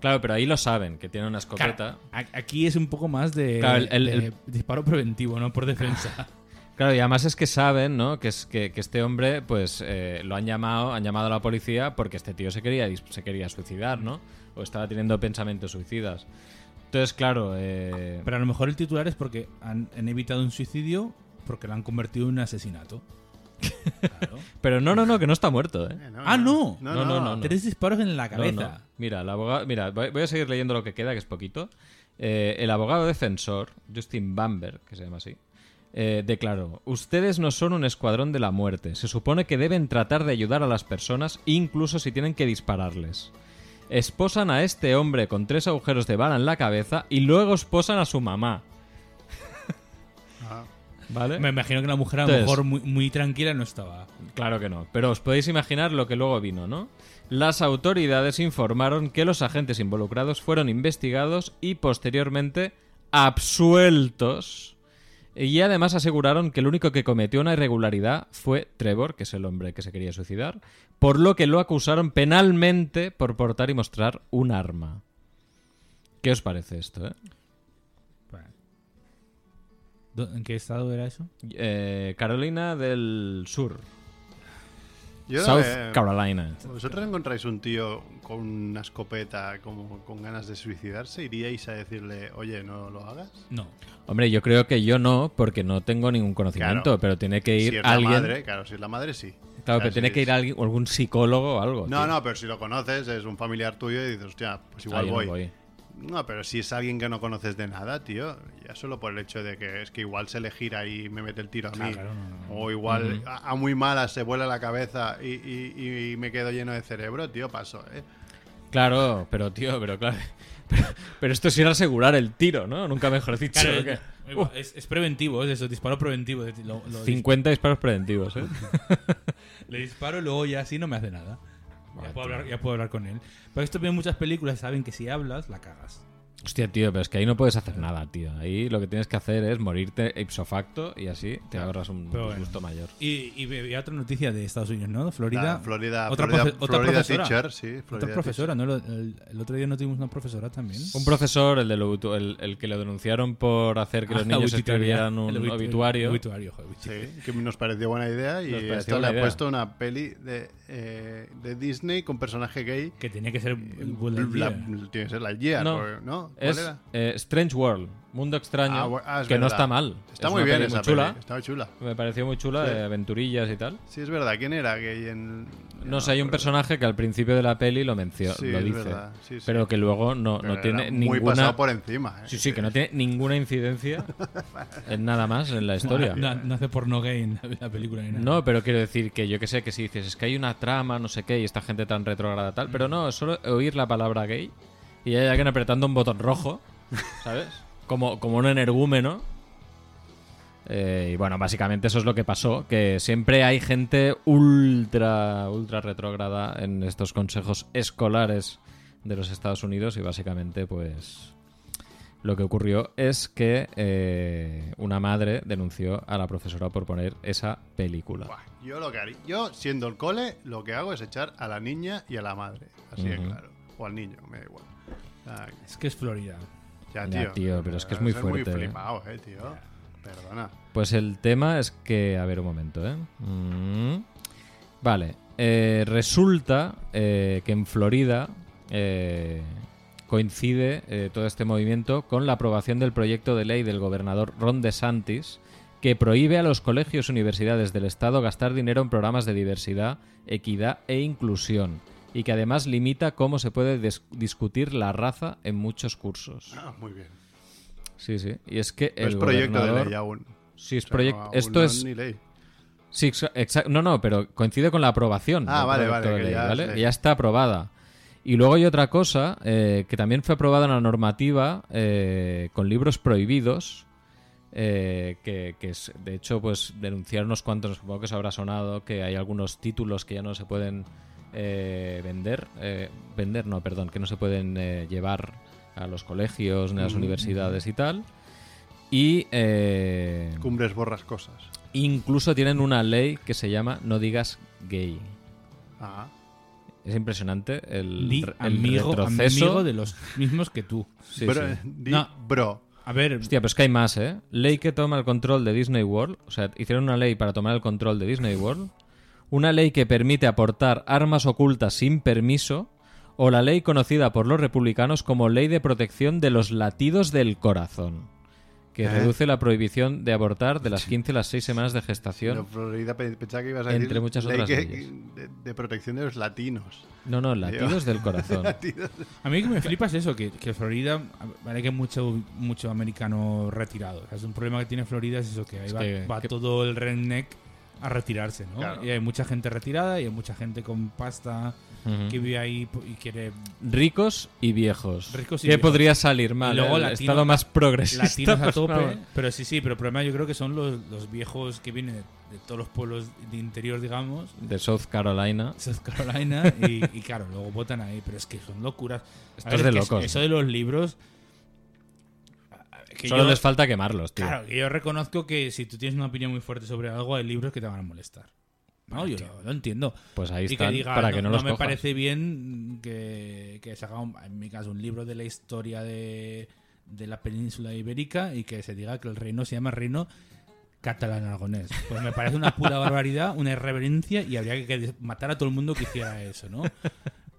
S1: Claro, pero ahí lo saben, que tienen una escopeta.
S2: Claro, a- aquí es un poco más de,
S1: Claro, el- el-
S2: de
S1: el-
S2: disparo preventivo, no por defensa.
S1: Claro, y además es que saben, ¿no? Que, es, que, que este hombre, pues, eh, lo han llamado, han llamado a la policía porque este tío se quería, dis- se quería suicidar, ¿no? O estaba teniendo pensamientos suicidas. Entonces, claro, eh,
S2: Ah, Pero a lo mejor el titular es porque han, han evitado un suicidio porque lo han convertido en un asesinato. Claro.
S1: pero no, no, no, que no está muerto, ¿eh?
S3: Eh,
S2: Ah, no.
S3: No,
S1: No,
S3: no,
S1: no, no.
S2: Tres disparos en la
S1: No,
S2: cabeza.
S1: no. Mira, el abogado, mira, voy voy a seguir leyendo lo que queda, que es poquito. Eh, el abogado defensor, Justin Bamber, que se llama así, eh, declaró, ustedes no son un escuadrón de la muerte. Se supone que deben tratar de ayudar a las personas, incluso si tienen que dispararles. Esposan a este hombre con tres agujeros de bala en la cabeza y luego esposan a su mamá.
S3: Ah,
S1: ¿Vale?
S2: Eh, Me imagino que la mujer a lo
S1: Entonces-
S2: mejor muy, muy tranquila no estaba.
S1: Claro que no, pero os podéis imaginar lo que luego vino, ¿no? Las autoridades informaron que los agentes involucrados fueron investigados y posteriormente absueltos. Y además aseguraron que el único que cometió una irregularidad fue Trevor, que es el hombre que se quería suicidar, por lo que lo acusaron penalmente por portar y mostrar un arma. ¿Qué os parece esto, eh?
S2: ¿Dó- ¿En qué estado era eso?
S1: Eh, Carolina del Sur,
S3: yo
S1: South
S3: eh,
S1: Carolina.
S3: ¿Vosotros encontráis un tío con una escopeta como con ganas de suicidarse? ¿Iríais a decirle, oye, no lo hagas?
S2: No.
S1: Hombre, yo creo que yo no, porque no tengo ningún conocimiento,
S3: Claro.
S1: pero tiene que ir
S3: si es
S1: alguien.
S3: la madre, claro, si es la madre, sí.
S1: Claro, pero
S3: si
S1: tiene que
S3: es-
S1: ir alguien, o algún psicólogo o algo.
S3: No,
S1: tío.
S3: no, pero si lo conoces, es un familiar tuyo y dices, hostia, pues
S1: Ah,
S3: igual
S1: yo no
S3: voy. No, pero si es alguien que no conoces de nada, tío, ya solo por el hecho de que es que igual se le gira y me mete el tiro a mí.
S2: claro, no, no, no.
S3: O igual a, a muy mala se vuela la cabeza y, y- y me quedo lleno de cerebro, tío, paso, ¿eh?
S1: Claro, pero tío, pero claro. Pero, pero esto sí era asegurar el tiro, ¿no? Nunca mejor dicho.
S2: Claro, eh,
S1: que-
S2: igual, es, es preventivo, es eso, disparo preventivo. es decir, lo- lo dis-
S1: 50 disparos preventivos, ¿eh?
S2: le disparo y luego ya así no me hace nada.
S1: Vale,
S2: Ya puedo,
S1: tío.
S2: hablar, ya puedo hablar con él. Pero esto veo en muchas películas, saben que si hablas, la cagas.
S1: Hostia, tío, pero es que ahí no puedes hacer nada, tío. Ahí lo que tienes que hacer es morirte ipso facto y así te ahorras un
S2: Pero bueno.
S1: gusto mayor.
S2: Y, y había otra noticia de Estados Unidos, ¿no? Florida.
S3: La Florida,
S2: otra
S3: Florida,
S2: profe- otra
S3: Florida
S2: profesora.
S3: teacher, sí, Florida
S2: otra profesora, ¿no? Lo- El, el otro día no tuvimos una profesora también.
S1: Un profesor, el, de lo obtu- el, el que le denunciaron por hacer
S3: Ah,
S2: Ah,
S1: que los niños escribieran un obituario.
S2: obituario, joder, obituario.
S3: teacher. Sí, que nos pareció buena idea y
S1: Nos pareció
S3: esto
S1: buena
S3: le ha
S1: idea.
S3: puesto una peli de, eh, de Disney con personaje gay.
S2: Que tenía que ser
S3: Bla-
S2: Buzz Lightyear.
S3: tiene que ser la Year,
S1: No.
S3: ¿no? ¿no? ¿Cuál
S1: Es
S3: era?
S1: eh, Strange World, Mundo Extraño,
S3: Ah, bu- ah, es
S1: que no
S3: verdad.
S1: está mal.
S3: Está
S1: Es
S3: muy
S1: una
S3: bien
S1: peli
S3: esa
S1: muy chula.
S3: peli, está chula.
S1: Me pareció muy chula,
S3: Sí.
S1: de aventurillas y tal.
S3: Sí, es verdad. ¿Quién era? Que en...
S1: No, sé, hay un personaje que al principio de la peli lo menciona,
S3: Sí,
S1: lo
S3: es
S1: dice,
S3: verdad, sí, sí.
S1: pero que luego no,
S3: Pero
S1: no tiene
S3: era Muy
S1: ninguna.
S3: pasado por encima. ¿eh?
S1: Sí, sí, que no tiene ninguna incidencia en nada más en la historia.
S2: No, no hace porno gay en la, la película ni nada.
S1: No, pero quiero decir que yo que sé que si dices es que hay una trama, no sé qué, y esta gente tan retrógrada tal, pero no, es solo oír la palabra gay y hay alguien apretando un botón rojo, ¿sabes? Como, como un energúmeno. Eh, y bueno, básicamente eso es lo que pasó, que siempre hay gente ultra, ultra retrógrada en estos consejos escolares de los Estados Unidos y básicamente pues lo que ocurrió es que eh, una madre denunció a la profesora por poner esa película.
S3: Buah, Yo lo que haría, yo siendo el cole, lo que hago es echar a la niña y a la madre, así de
S1: Ujú.
S3: claro, o al niño, me da igual. Ah,
S2: Es que es Florida.
S3: ya,
S1: Ya,
S3: tío,
S1: tío, pero es que es muy
S3: debe ser
S1: fuerte, eh.
S3: Muy flipado, eh, tío. Perdona.
S1: Pues el tema es que. A ver, un momento, ¿eh? Mm. Vale. Eh, resulta eh, que en Florida eh, coincide eh, todo este movimiento con la aprobación del proyecto de ley del gobernador Ron DeSantis que prohíbe a los colegios y universidades del Estado gastar dinero en programas de diversidad, equidad e inclusión y que además limita cómo se puede des- discutir la raza en muchos cursos.
S3: Ah, muy bien.
S1: Sí, sí. Y es que
S3: No
S1: el
S3: es proyecto de
S1: gobernador-
S3: ley aún.
S1: Sí, es
S3: O sea,
S1: proyecto.
S3: aún
S1: Esto
S3: no
S1: es
S3: ni ley.
S1: Sí, exa- exa- no, no, pero coincide con la aprobación.
S3: Ah,
S1: del
S3: vale,
S1: proyecto
S3: vale,
S1: de
S3: que
S1: ley,
S3: ya
S1: ¿vale?
S3: sé.
S1: Que ya está aprobada. Y luego hay otra cosa eh, que también fue aprobada en la normativa eh, con libros prohibidos, eh, que, que es, de hecho, pues denunciar unos cuantos, supongo que os habrá sonado, que hay algunos títulos que ya no se pueden eh, vender, eh, vender no, perdón, que no se pueden eh, llevar a los colegios
S3: Mm,
S1: ni a las universidades y tal. Y... eh,
S3: Cumbres borrascosas.
S1: Incluso tienen una ley que se llama No digas gay.
S3: Ah,
S1: Es impresionante el,
S2: Di
S1: re- el
S2: amigo,
S1: retroceso.
S2: amigo de los mismos que tú.
S1: Sí,
S3: bro,
S1: sí.
S3: di
S2: No.
S3: bro.
S2: A ver,
S1: Hostia, pero es que hay más, ¿eh? Ley que toma el control de Disney World. O sea, hicieron una ley para tomar el control de Disney World. Una ley que permite aportar armas ocultas sin permiso. O la ley conocida por los republicanos como Ley de Protección de los Latidos del Corazón. Que
S3: ¿Eh?
S1: reduce la prohibición de abortar de las 15 a las 6 semanas de
S3: Pero,
S1: gestación.
S3: Florida, pe- pensaba que ibas a
S1: Entre
S3: decir
S1: muchas
S3: ley
S1: otras
S3: que-
S1: leyes.
S3: de, de protección de los latinos.
S1: No, no, latidos del corazón.
S3: Latinos.
S2: a mí que me flipa es eso, que, que Florida, vale que hay mucho, mucho americano retirado. O sea, es un problema que tiene Florida, es eso, que ahí
S1: Es
S2: va,
S1: que-
S2: va
S1: que-
S2: todo el redneck a retirarse, ¿no?
S3: Claro.
S2: Y hay mucha gente retirada y hay mucha gente con pasta
S1: Ujú.
S2: que vive ahí po- y quiere
S1: Ricos y viejos.
S2: Ricos y
S1: ¿Qué
S2: viejos.
S1: podría salir mal?
S2: Y luego
S1: el
S2: latino-
S1: estado más progresista.
S2: latinos a
S1: pues,
S2: tope.
S1: vamos.
S2: Pero sí, sí, pero el problema yo creo que son los, los viejos que vienen de, de todos los pueblos de interior, digamos,
S1: De South Carolina.
S2: South Carolina, y, y claro, luego votan ahí, pero es que son locuras. A
S1: Esto
S2: ver,
S1: es de
S2: que
S1: locos.
S2: Eso de los libros. que
S1: Solo
S2: yo-
S1: les falta quemarlos, tío.
S2: Claro, que yo reconozco que si tú tienes una opinión muy fuerte sobre algo, hay libros que te van a molestar. No, yo lo, lo entiendo.
S1: Pues ahí
S2: y
S1: están,
S2: que diga,
S1: para que no, los
S2: me
S1: cojas.
S2: parece bien que, que se haga, un- en mi caso, un libro de la historia de, de la península ibérica y que se diga que el reino se llama reino catalán-aragonés. Pues me parece una pura barbaridad, una irreverencia y habría que des- matar a todo el mundo que hiciera eso, ¿no?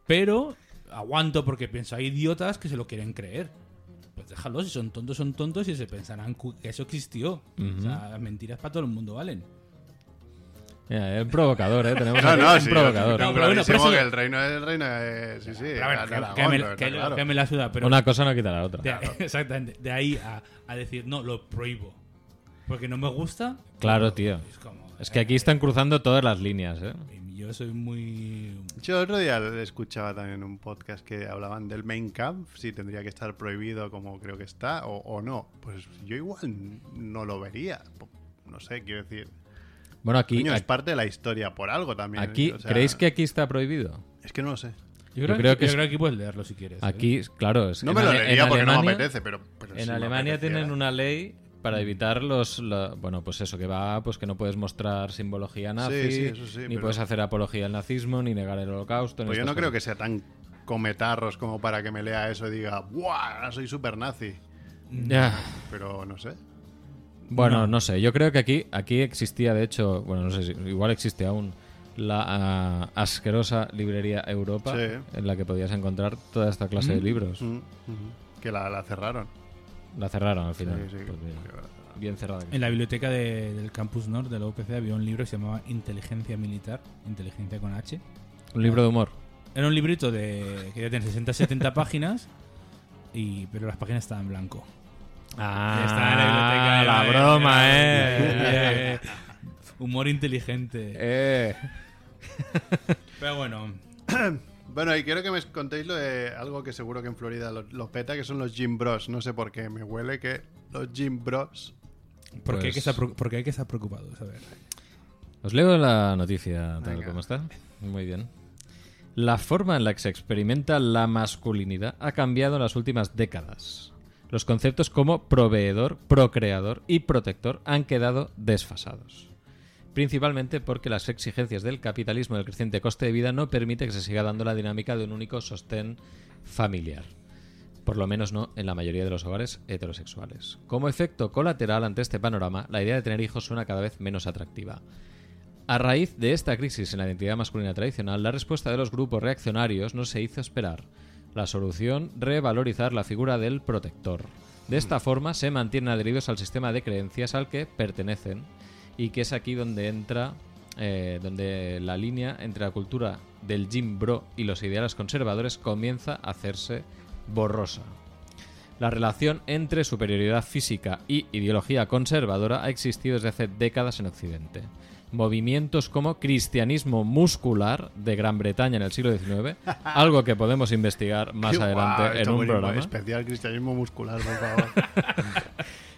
S2: Pero aguanto porque pienso, hay idiotas que se lo quieren creer. Pues déjalos, si son tontos, son tontos y se pensarán cu- que eso existió. O sea, las mentiras para todo el mundo valen.
S1: Mira, el provocador, ¿eh? Tenemos
S3: No,
S1: aquí
S3: no,
S1: un
S3: sí.
S1: provocador.
S2: No,
S3: tengo
S2: pero bueno,
S3: clarísimo
S2: por eso-
S3: que el reino es el reino. eh, sí, sí.
S2: Pero bueno,
S3: al-
S2: que-
S3: al
S2: que me-
S3: Aragón,
S2: que-
S3: está claro.
S2: que me la suda, pero
S1: Una cosa no quita la otra.
S2: De- exactamente. De ahí a, a decir, no, lo prohíbo. Porque no me gusta.
S1: Claro, tío.
S2: Es como.
S1: Es que aquí están cruzando todas las líneas, ¿eh?
S2: eh, Yo soy muy.
S3: Yo otro día escuchaba también un podcast que hablaban del main camp, si tendría que estar prohibido como creo que está o, o no. Pues yo igual no lo vería. No sé, quiero decir.
S1: Bueno, aquí.
S3: Coño, es
S1: aquí,
S3: parte de la historia por algo también.
S1: aquí-
S3: o sea,
S1: ¿Creéis que aquí está prohibido?
S3: Es que no lo sé.
S1: creo
S2: Yo creo,
S1: creo que
S2: que,
S1: es-
S2: puedes leerlo si quieres. ¿eh?
S1: Aquí, claro. Es
S3: No
S1: en
S3: me lo
S1: Ale- en
S3: leería porque no me
S1: Alemania-
S3: apetece, pero. pero
S1: En
S3: si me
S1: Alemania
S3: apeteciera.
S1: tienen una ley para evitar los la- bueno pues eso que va pues que no puedes mostrar simbología nazi
S3: sí, eso sí,
S1: ni
S3: pero-
S1: puedes hacer apología al nazismo ni negar el holocausto
S3: Pues yo no creo que sea tan cometarros como para que me lea eso y diga, ¡buah! ahora Soy super nazi. Pero no sé.
S1: bueno no.
S2: No.
S1: sé yo creo que aquí aquí existía de hecho bueno no sé si igual existe aún la ah, asquerosa librería Europa
S3: Sí.
S1: en la que podías encontrar toda esta clase de libros
S3: Mm, ujú. Que la, la cerraron.
S1: la cerraron al final
S3: Sí, sí,
S1: Pues mira,
S3: que la cerraron.
S1: bien cerrada que
S2: En la biblioteca de- del Campus North de la UPC había un libro que se llamaba Inteligencia Militar, Inteligencia con H.
S1: está. un libro de humor
S2: Era un librito de que ya tiene 60, 70 páginas, y, pero las páginas estaban en blanco.
S1: ah
S2: Estaba en la
S1: la
S2: biblioteca. era-
S1: broma
S2: era-
S1: eh
S2: eh, Humor inteligente.
S1: eh
S2: Pero bueno,
S3: Bueno, y quiero que me contéis lo de algo que seguro que en Florida lo, lo peta, que son los gym bros. No sé por qué, me huele que los gym bros.
S2: ¿por, qué hay
S1: Pues-
S2: que estar, preocu- por qué hay que estar preocupados? A ver.
S1: Os leo la noticia tal
S3: Venga.
S1: como está. Muy bien. La forma en la que se experimenta la masculinidad ha cambiado en las últimas décadas. Los conceptos como proveedor, procreador y protector han quedado desfasados. Principalmente porque las exigencias del capitalismo y el creciente coste de vida no permite que se siga dando la dinámica de un único sostén familiar por lo menos no en la mayoría de los hogares heterosexuales. Como efecto colateral ante este panorama, la idea de tener hijos suena cada vez menos atractiva. A raíz de esta crisis en la identidad masculina tradicional, la respuesta de los grupos reaccionarios no se hizo esperar. La solución, revalorizar la figura del protector. De esta forma se mantienen adheridos al sistema de creencias al que pertenecen y que es aquí donde entra eh, donde la línea entre la cultura del gym bro y los ideales conservadores comienza a hacerse borrosa. La relación entre superioridad física y ideología conservadora ha existido desde hace décadas en Occidente. Movimientos como cristianismo muscular de Gran Bretaña en el siglo XIX, algo que podemos investigar más
S3: Qué
S1: adelante
S3: guau,
S1: en
S3: esto
S1: un
S3: bonito,
S1: programa,
S3: Especial cristianismo muscular, por favor.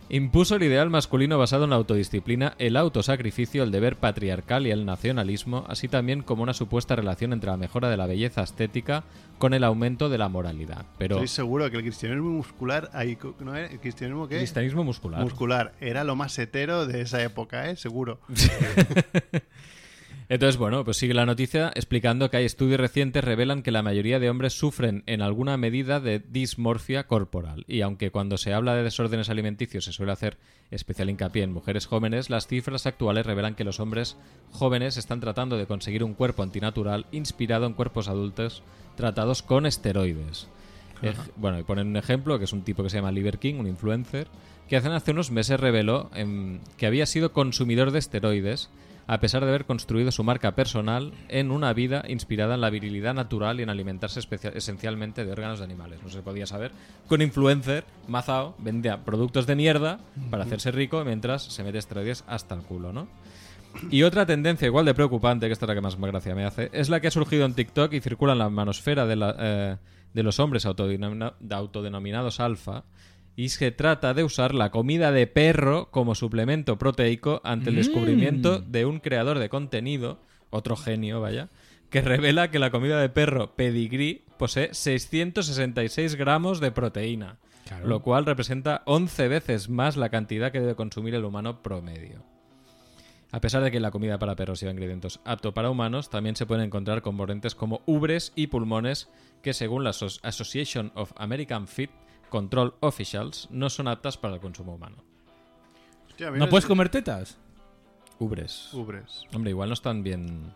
S1: impuso el ideal masculino basado en la autodisciplina, el autosacrificio, el deber patriarcal y el nacionalismo, así también como una supuesta relación entre la mejora de la belleza estética con el aumento de la moralidad. Pero
S3: Estoy seguro que el cristianismo muscular, ahí, co- ¿no era? ¿El cristianismo qué?
S1: cristianismo muscular.
S3: Muscular. Era lo más hetero de esa época, ¿eh? Seguro.
S1: Entonces, bueno, pues sigue la noticia explicando que hay estudios recientes revelan que la mayoría de hombres sufren en alguna medida de dismorfia corporal. Y aunque cuando se habla de desórdenes alimenticios se suele hacer especial hincapié en mujeres jóvenes, las cifras actuales revelan que los hombres jóvenes están tratando de conseguir un cuerpo antinatural inspirado en cuerpos adultos tratados con esteroides. Ej- bueno, y ponen un ejemplo que es un tipo que se llama Liver King, un influencer, que hace- hace unos meses reveló em, que había sido consumidor de esteroides a pesar de haber construido su marca personal en una vida inspirada en la virilidad natural y en alimentarse especia- esencialmente de órganos de animales. No se podía saber. Con influencer, Mazao vendía productos de mierda para hacerse rico mientras se mete esteroides hasta el culo, ¿no? Y otra tendencia igual de preocupante, que esta es la que más gracia me hace, es la que ha surgido en TikTok y circula en la manosfera de, la- eh, de los hombres autodenomina- de autodenominados alfa. Y se trata de usar la comida de perro como suplemento proteico ante el descubrimiento de un creador de contenido, otro genio, vaya, que revela que la comida de perro pedigrí posee 666 gramos de proteína,
S2: Claro.
S1: lo cual representa 11 veces más la cantidad que debe consumir el humano promedio. A pesar de que en la comida para perros lleva ingredientes apto para humanos, también se pueden encontrar componentes como ubres y pulmones que según la Asso- Association of American Feed Control Officials no son aptas para el consumo humano.
S3: Hostia, mira,
S2: ¿No puedes comer tetas?
S1: Ubres.
S3: Ubres.
S1: Hombre, igual no están bien...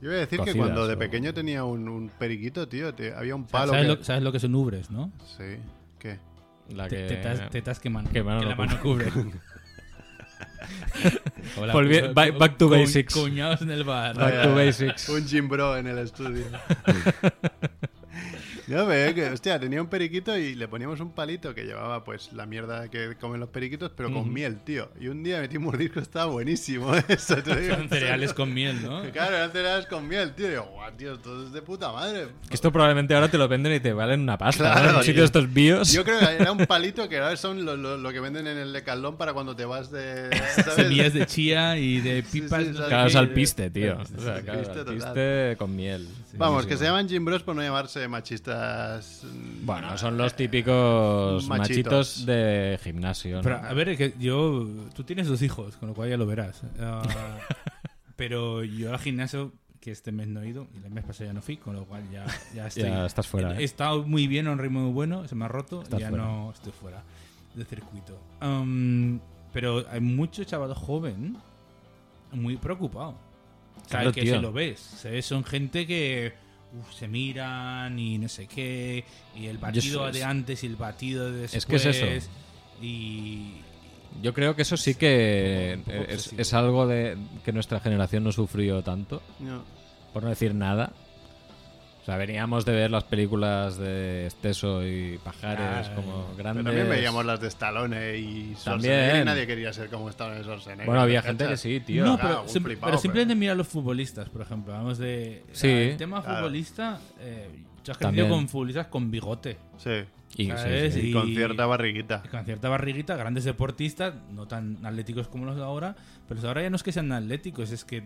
S3: Yo voy a decir que
S1: Cocidas,
S3: cuando de
S1: o-
S3: pequeño tenía un, un periquito, tío, te- había un palo
S2: ¿Sabes,
S3: que...
S2: lo, sabes lo que son ubres, no?
S3: Sí. ¿Qué?
S1: La
S2: Te-
S1: que...
S2: Tetas, tetas que, man-
S1: que mano
S2: que la
S1: no
S2: mano cubre. Hola,
S1: Volvi-
S2: cu-
S1: ba- back to
S2: cu-
S1: basics.
S2: Cuñados en el bar.
S1: Back to basics.
S3: Un gym bro en el estudio. Yo veo que, hostia, tenía un periquito y le poníamos un palito que llevaba pues la mierda que comen los periquitos, pero con miel, tío. Y un día metí un mordisco, estaba buenísimo eso, te lo digo.
S2: Son cereales con miel, ¿no?
S3: Claro, eran cereales con miel, tío. Y yo, guau, tío, esto es de puta madre.
S1: Que esto probablemente ahora te lo venden y te valen una pasta. ¿no?
S3: Claro,
S1: En un sitio de estos bios.
S3: Yo creo que era un palito que ahora son lo, lo- lo que venden en el decalón para cuando te vas de. ¿sabes?
S2: Semillas de chía y de
S3: Sí, sí,
S2: pipas.
S3: sí,
S2: no sé
S1: Claro,
S2: qué.
S1: es al piste, tío.
S3: sí,
S1: O sea,
S3: sí,
S1: claro,
S3: piste
S1: al
S3: total.
S1: piste con miel.
S3: Vamos, que se llaman Jim Bros por no llamarse machistas. mm,
S1: Bueno, son los típicos
S3: Machitos.
S1: machitos de gimnasio. ¿no?
S2: Pero, a ver, que yo. Tú tienes dos hijos, con lo cual ya lo verás. Ah, pero yo al gimnasio, que este mes no he ido, y el mes pasado ya no fui, con lo cual ya, ya estoy.
S1: Ya estás fuera,
S2: He,
S1: ¿eh?
S2: estado muy bien, a un ritmo muy bueno, se me ha roto,
S1: Estás
S2: ya
S1: fuera.
S2: no estoy fuera de circuito. Am, pero hay mucho chaval joven muy preocupado. O sea,
S1: Claro,
S2: que
S1: tío.
S2: se lo ves. Se ve, son gente que uf, se miran y no sé qué, y el batido
S1: sé,
S2: de
S1: es-
S2: antes y el batido de después.
S1: Es que es eso.
S2: Y.
S1: Yo creo que eso sí que
S2: Un poco
S1: es,
S2: obsesivo.
S1: es algo de, que nuestra generación no sufrió tanto,
S3: no.
S1: por no decir nada. O sea, veníamos de ver las películas de Esteso y Pajares
S2: Ay,
S1: como
S3: Pero
S1: grandes.
S3: también veíamos las de Stallone eh, y Schwarzenegger
S1: También.
S3: y nadie quería ser como Stallone y Schwarzenegger.
S1: Bueno, había
S3: ¿cachas?
S1: gente que sí, tío.
S2: no,
S1: Claro.
S2: pero,
S3: un
S2: simple-
S3: flipado,
S2: pero
S3: pero-
S2: simplemente mira a los futbolistas, por ejemplo. Vamos de. o sea,
S1: Sí.
S2: el tema
S3: Claro.
S2: futbolista. Eh, yo he crecido
S1: También.
S2: con futbolistas con bigote.
S3: Sí,
S1: Y,
S2: ¿sabes?
S1: sí, sí.
S3: y con cierta barriguita.
S2: con cierta barriguita, grandes deportistas, no tan atléticos como los de ahora, pero los de ahora ya no es que sean atléticos, es que...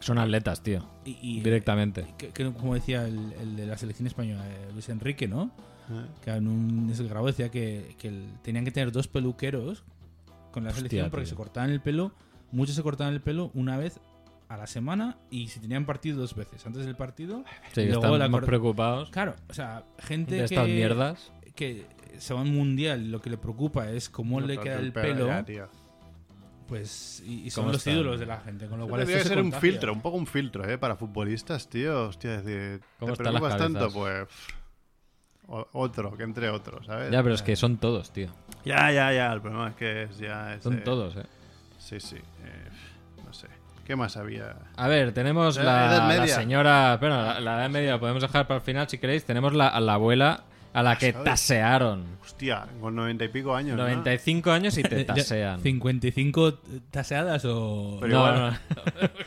S1: Son atletas, tío.
S2: y- y-
S1: Directamente.
S2: que- que como decía el, el de la selección española, eh, Luis Enrique, ¿no?
S3: ¿eh?
S2: Que en un ese grabo decía que, que el- tenían que tener dos peluqueros con la
S1: Hostia,
S2: selección porque
S1: tío.
S2: se cortaban el pelo, muchos se cortaban el pelo una vez a la semana y si tenían partido dos veces, antes del partido...
S1: Sí,
S2: y
S1: que
S2: luego
S1: están
S2: la
S1: más
S2: cor-
S1: preocupados
S2: Claro, o sea, gente
S1: de
S2: que...
S1: estas mierdas.
S2: que se va a un mundial, lo que le preocupa es cómo le
S3: Cortarte
S2: queda el
S3: pelo
S2: pelo
S3: ya, tío.
S2: Pues, y, y son
S1: ¿Cómo
S2: los
S1: están?
S2: ídolos de la gente, con lo cual
S3: Tendría
S2: esto
S3: que
S2: se
S3: ser un
S2: contagia.
S3: filtro, un poco un filtro, ¿eh? Para futbolistas, tío. Hostia, es decir,
S1: ¿Cómo
S3: ¿te
S1: están las
S3: preocupas tanto?
S1: cabezas?
S3: Pues. pff, o- Otro, que entre otros, ¿sabes?
S1: Ya, pero es que son todos, tío.
S3: ya, ya, ya, El problema es que es, ya. es,
S1: Son
S3: eh,
S1: todos, eh.
S3: Sí, sí. eh, no sé. ¿Qué más había?
S1: A ver, tenemos
S3: La
S1: la,
S3: Edad
S1: la
S3: Media.
S1: señora. Bueno, la, la edad media la podemos dejar para el final si queréis. Tenemos la, a la abuela a la que
S3: Ah, ¿sabes?
S1: tasearon.
S3: Hostia, con noventa y pico años. ¿no?
S1: 95 años y te
S2: Ya,
S1: tasean.
S2: 55 taseadas o.
S3: Pero
S1: No,
S3: igual-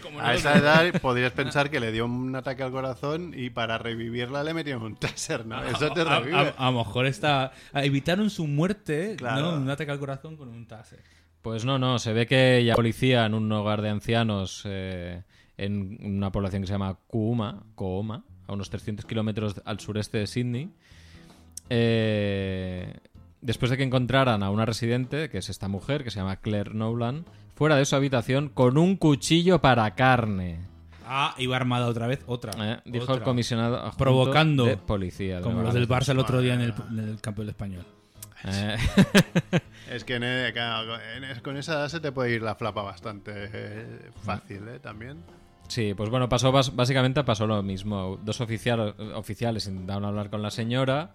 S1: no, no.
S3: A esa edad podrías pensar que le dio un ataque al corazón y para revivirla le metieron un taser, ¿no? Eso te
S2: a, a-
S3: revive.
S2: a- a lo mejor está. a- Evitaron su muerte,
S3: Claro.
S2: ¿no? Un ataque al corazón con un taser.
S1: Pues no, no, se ve que ya policía en un hogar de ancianos eh, en una población que se llama Kuuma, Kooma, a unos 300 kilómetros al sureste de Sydney. eh, después de que encontraran a una residente, que es esta mujer, que se llama Claire Nolan, fuera de su habitación con un cuchillo para carne.
S2: Ah, iba armada otra vez, otra.
S1: eh, dijo el
S2: otra.
S1: comisionado adjunto
S2: Provocando.
S1: de policía. de
S2: Como
S1: Nueva
S2: los del
S1: Gales.
S2: Barça el otro día en el, en el campo del español.
S1: Eh,
S3: Es que en- eh, claro, en- con esa edad se te puede ir la flapa bastante eh, fácil, ¿eh? También.
S1: Sí, pues bueno, pasó bas- básicamente pasó lo mismo. Dos oficial- oficiales intentaron hablar con la señora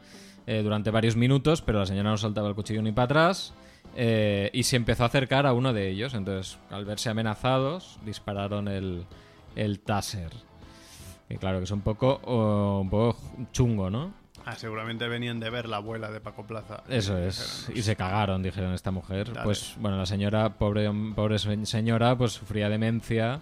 S1: eh, durante varios minutos, pero la señora no saltaba el cuchillo ni para atrás eh, y se empezó a acercar a uno de ellos. Entonces, al verse amenazados, dispararon el, el taser. Que claro, que es un poco, o- un poco chungo, ¿no?
S3: Ah, seguramente venían de ver la abuela de Paco Plaza.
S1: Eso es. Y se cagaron, dijeron esta mujer.
S3: Dale.
S1: Pues bueno, la señora, pobre, pobre se- señora, pues sufría demencia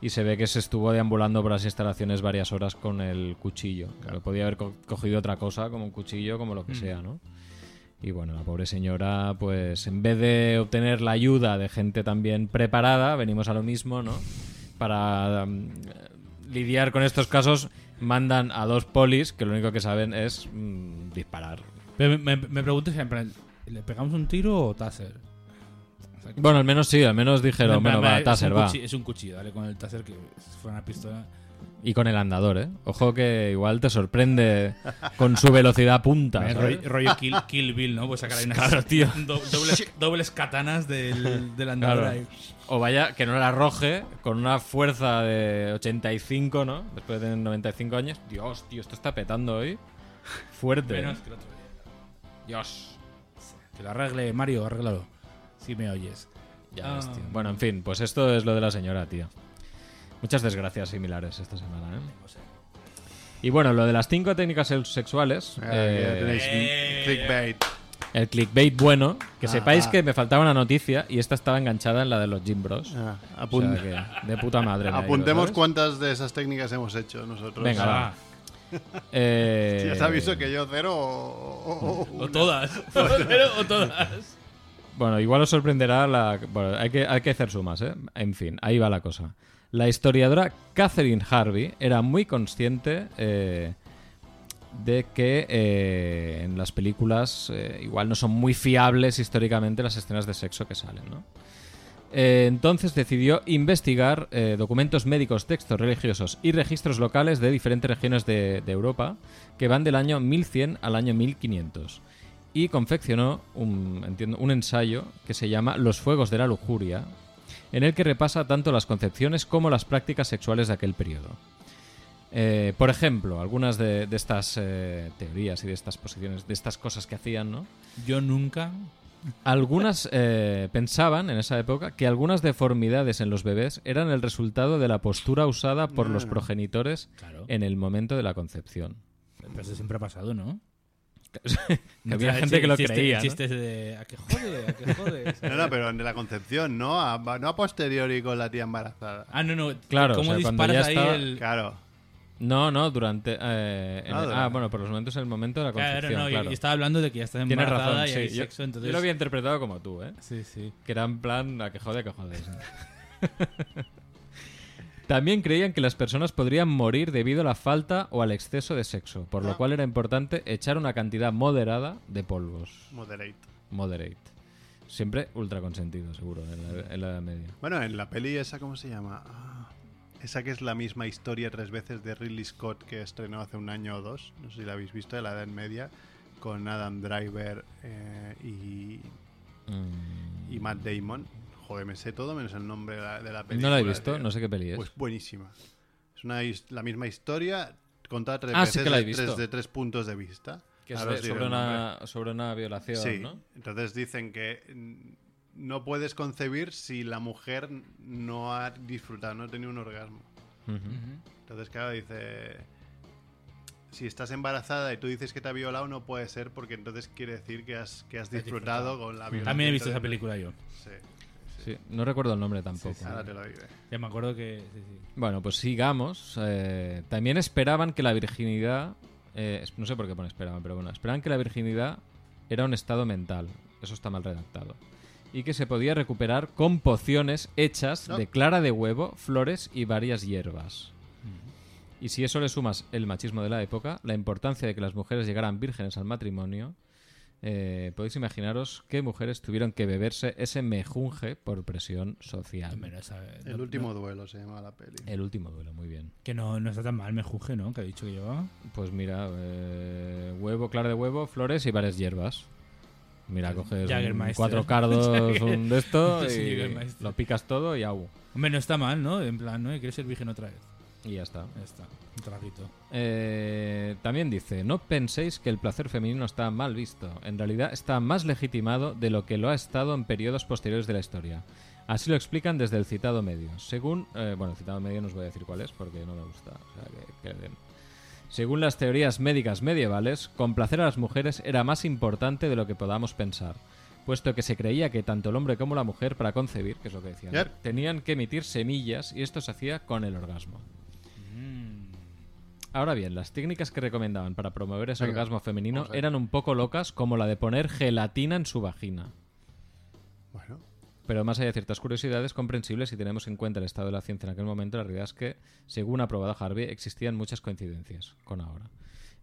S1: y se ve que se estuvo deambulando por las instalaciones varias horas con el cuchillo. Claro, podía haber co- cogido otra cosa, como un cuchillo, como lo que sea, ¿no? Y bueno, la pobre señora, pues en vez de obtener la ayuda de gente también preparada, venimos a lo mismo, ¿no? Para mm, lidiar con estos casos, mandan a dos polis que lo único que saben es mm, disparar.
S2: Pero me, me- me pregunto siempre: ¿le pegamos un tiro o taser?
S1: Bueno, al menos sí, al menos dijeron,
S2: En plan,
S1: bueno, va,
S2: es
S1: Taser,
S2: un
S1: va.
S2: cuchillo- es un cuchillo, dale con el taser que si fuera una pistola.
S1: Y con el andador, ¿eh? Ojo que igual te sorprende con su velocidad punta.
S2: Eh,
S1: ¿sabes?
S2: rollo, rollo kill, Kill Bill, ¿no? Pues sacar ahí unas do- dobles, dobles katanas del, del andador
S1: Claro.
S2: ahí.
S1: O vaya, que no la arroje con una fuerza de 85, ¿no? Después de tener 95 años. Dios, tío, esto está petando hoy. Fuerte.
S2: Menos que el otro día.
S1: Dios.
S2: Que lo arregle, Mario, arréglalo. Si me oyes.
S1: Ya ves,
S2: Ah.
S1: tío. Bueno, en fin, pues esto es lo de la señora, tío. Muchas desgracias similares esta semana, ¿eh? Y bueno, lo de las cinco técnicas sexuales.
S3: Ah,
S1: eh,
S3: ya tenéis clickbait.
S1: El clickbait bueno. Que
S3: Ah,
S1: sepáis
S3: ah.
S1: que me faltaba una noticia y esta estaba enganchada en la de los Jim Bros.
S3: Ah,
S1: O sea
S3: apun-
S1: que de puta madre. me ha ido,
S3: apuntemos
S1: ¿sabes?
S3: cuántas de esas técnicas hemos hecho nosotros.
S1: Venga, va.
S2: Ah,
S1: Eh,
S3: Ya te aviso que yo cero o- o- o-
S2: o todas. Pero, o todas.
S1: Bueno, igual os sorprenderá la. bueno, hay que, hay que hacer sumas, ¿eh? En fin, ahí va la cosa. La historiadora Catherine Harvey era muy consciente eh, de que eh, en las películas eh, igual no son muy fiables históricamente las escenas de sexo que salen, ¿no? Eh, entonces decidió investigar eh, documentos médicos, textos religiosos y registros locales de diferentes regiones de, de Europa que van del año 1100 al año 1500 y confeccionó un, entiendo, un ensayo que se llama Los Fuegos de la Lujuria, en el que repasa tanto las concepciones como las prácticas sexuales de aquel periodo. Eh, por ejemplo, algunas de, de estas eh, teorías y de estas posiciones, de estas cosas que hacían, ¿no?
S2: Yo nunca.
S1: Algunas eh, pensaban en esa época que algunas deformidades en los bebés eran el resultado de la postura usada por
S3: Ah.
S1: los progenitores
S2: Claro.
S1: en el momento de la concepción.
S2: Pero eso siempre ha pasado, ¿no?
S1: Que había gente que lo
S2: Chiste-
S1: creía. ¿no?
S2: Chistes de. ¿A qué jode? ¿A qué jode?
S3: No, no, pero en la concepción, ¿no? A, no a posteriori con la tía embarazada.
S2: Ah, no, no.
S1: Claro,
S2: ¿Cómo
S1: o sea, cuando
S2: disparas
S1: ya
S2: ahí
S1: estaba-
S2: el.
S3: Claro.
S1: No, no, durante. eh, en
S3: Ah,
S1: el-
S3: durante.
S1: ah, bueno, por los momentos en el momento de la
S2: Claro,
S1: concepción.
S2: no,
S1: Claro,
S2: yo- yo estaba hablando de que ya estás
S1: Tienes
S2: embarazada
S1: razón,
S2: y
S1: sí.
S2: hay
S1: yo,
S2: sexo,
S1: yo
S2: entonces...
S1: lo había interpretado como tú, ¿eh?
S2: Sí, sí.
S1: Que era en plan, a que jode, a que jode. sí. También creían que las personas podrían morir debido a la falta o al exceso de sexo, por lo
S3: Ah.
S1: cual era importante echar una cantidad moderada de polvos.
S3: Moderate.
S1: Moderate. Siempre ultra consentido, seguro, en la, en la Edad media.
S3: Bueno, en la peli esa, ¿cómo se llama? Ah, esa que es la misma historia tres veces de Ridley Scott que estrenó hace un año o dos. No sé si la habéis visto, de la Edad Media, con Adam Driver eh, y,
S1: Mm,
S3: y Matt Damon. joder, me sé todo menos el nombre de la, de la película.
S1: No la he visto,
S3: tío.
S1: no sé qué peli es.
S3: Pues buenísima. Es una, his- la misma historia contada tres
S1: Ah, sí
S3: veces
S1: que la he
S3: de,
S1: visto.
S3: Tres, de tres puntos de vista.
S1: que es
S3: Ahora
S1: de-
S3: os diré
S1: sobre,
S3: el nombre.
S1: una, sobre una violación,
S3: Sí,
S1: ¿no?
S3: entonces dicen que mm, no puedes concebir si la mujer no ha disfrutado, no ha tenido un orgasmo. Entonces, claro, dice. Si estás embarazada y tú dices que te ha violado, no puede ser, porque entonces quiere decir que has, que has disfrutado con la violación.
S2: También he visto esa película yo.
S3: Sí,
S1: Sí, no recuerdo el nombre tampoco.
S3: ahora te lo diré.
S2: Ya me acuerdo que. sí, sí.
S1: Bueno, pues sigamos. Eh, también esperaban que la virginidad. eh, es- no sé por qué pone esperaban, pero bueno, esperaban que la virginidad era un estado mental. Eso está mal redactado. Y que se podía recuperar con pociones hechas
S3: No.
S1: de clara de huevo, flores y varias hierbas. Y si eso le sumas el machismo de la época, la importancia de que las mujeres llegaran vírgenes al matrimonio, eh, podéis imaginaros qué mujeres tuvieron que beberse ese mejunje por presión social.
S2: Hombre, no sabe-
S3: El
S2: no-
S3: último duelo se llama la peli.
S1: El último duelo, muy bien.
S2: Que no, no está tan mal, me juzgue, ¿no? Que ha dicho que llevaba.
S1: Pues mira, eh, huevo, claro de huevo, flores y varias hierbas. Mira, coges un-
S2: Jägermeister.
S1: cuatro cardos, un de esto,
S2: Sí,
S1: y
S2: Jägermeister.
S1: lo picas todo y au.
S2: Hombre, no está mal, ¿no? En plan, ¿no? Y Quiero ser virgen otra vez.
S1: Y ya está.
S2: Ya está, un traguito.
S1: Eh, también dice, no penséis que el placer femenino está mal visto. En realidad está más legitimado de lo que lo ha estado en periodos posteriores de la historia. Así lo explican desde el citado medio. Según, eh, bueno, el citado medio no os voy a decir cuál es porque no me gusta. o sea, que- que le den. Según las teorías médicas medievales, complacer a las mujeres era más importante de lo que podamos pensar, puesto que se creía que tanto el hombre como la mujer para concebir, que es lo que decían,
S3: Yep.
S1: tenían que emitir semillas y esto se hacía con el orgasmo.
S3: Mm.
S1: Ahora bien, las técnicas que recomendaban para promover ese
S3: Venga,
S1: orgasmo femenino
S3: vamos allá.
S1: eran un poco locas, como la de poner gelatina en su vagina.
S3: Bueno,
S1: Pero más allá de ciertas curiosidades comprensibles si tenemos en cuenta el estado de la ciencia en aquel momento, la realidad es que, según ha probado Harvey, existían muchas coincidencias con ahora.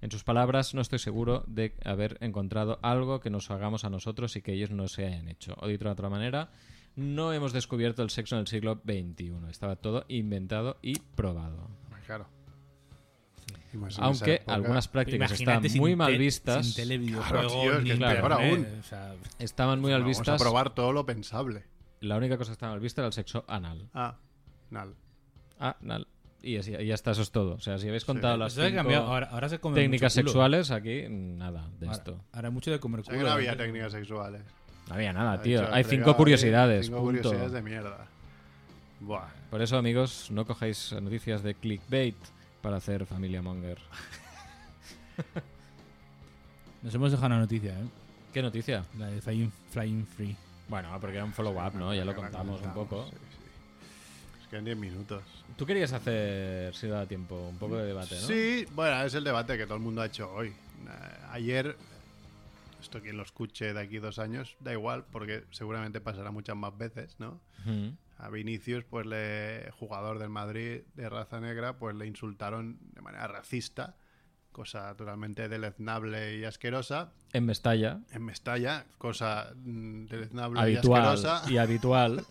S1: En sus palabras, no estoy seguro de haber encontrado algo que nos hagamos a nosotros y que ellos no se hayan hecho. O dicho de otra manera, no hemos descubierto el sexo en el siglo XXI. Estaba todo inventado y probado.
S3: claro. Y más en esa
S1: Aunque
S3: época-
S1: algunas prácticas
S2: Imagínate
S1: están
S2: sin
S1: muy
S2: te-
S1: mal
S2: Sin
S1: vistas.
S2: tele,
S3: Claro,
S2: videojuegos,
S3: tío, es que
S2: ni
S3: es peor
S2: internet,
S3: aún.
S2: O sea,
S1: Estaban muy mal
S3: Vamos a
S1: vistas.
S3: probar todo lo pensable.
S1: La única cosa que estaba mal vista era el sexo anal.
S3: Ah, nal.
S1: Ah, anal. Y así- y ya está, eso es todo. O sea, si habéis contado las
S2: eso ha
S1: cinco
S2: cambiado, Ahora, ahora se come
S1: técnicas
S2: mucho culo.
S1: sexuales, aquí nada de
S2: Ahora-
S1: esto.
S2: Ahora, mucho de comer
S3: O sea,
S2: culo. ¿eh?
S3: que no había
S2: antes.
S3: técnicas sexuales.
S1: No había nada,
S3: Ha
S1: tío.
S3: dicho
S1: Hay
S3: Ortega,
S1: cinco
S3: eh,
S1: curiosidades.
S3: Cinco
S1: punto.
S3: curiosidades de mierda. Buah.
S1: Por eso, amigos, no cojáis noticias de clickbait para hacer familia monger.
S2: Nos hemos dejado una noticia, ¿eh?
S1: ¿Qué noticia?
S2: La de Flying, flying Free.
S1: Bueno, porque era un follow-up, ¿no? Ya lo contamos un poco.
S3: Sí, sí. Es que en 10 minutos.
S1: Tú querías hacer, si da tiempo, un poco de debate, ¿no?
S3: Sí, bueno, es el debate que todo el mundo ha hecho hoy. Eh, Ayer, esto quien lo escuche de aquí dos años, da igual, porque seguramente pasará muchas más veces, ¿no?
S1: Ujú.
S3: A Vinicius, pues le, jugador del Madrid de raza negra, pues le insultaron de manera racista, cosa totalmente deleznable y asquerosa.
S1: En Mestalla,
S3: En Mestalla, cosa mm, deleznable y
S1: habitual
S3: asquerosa.
S1: y habitual.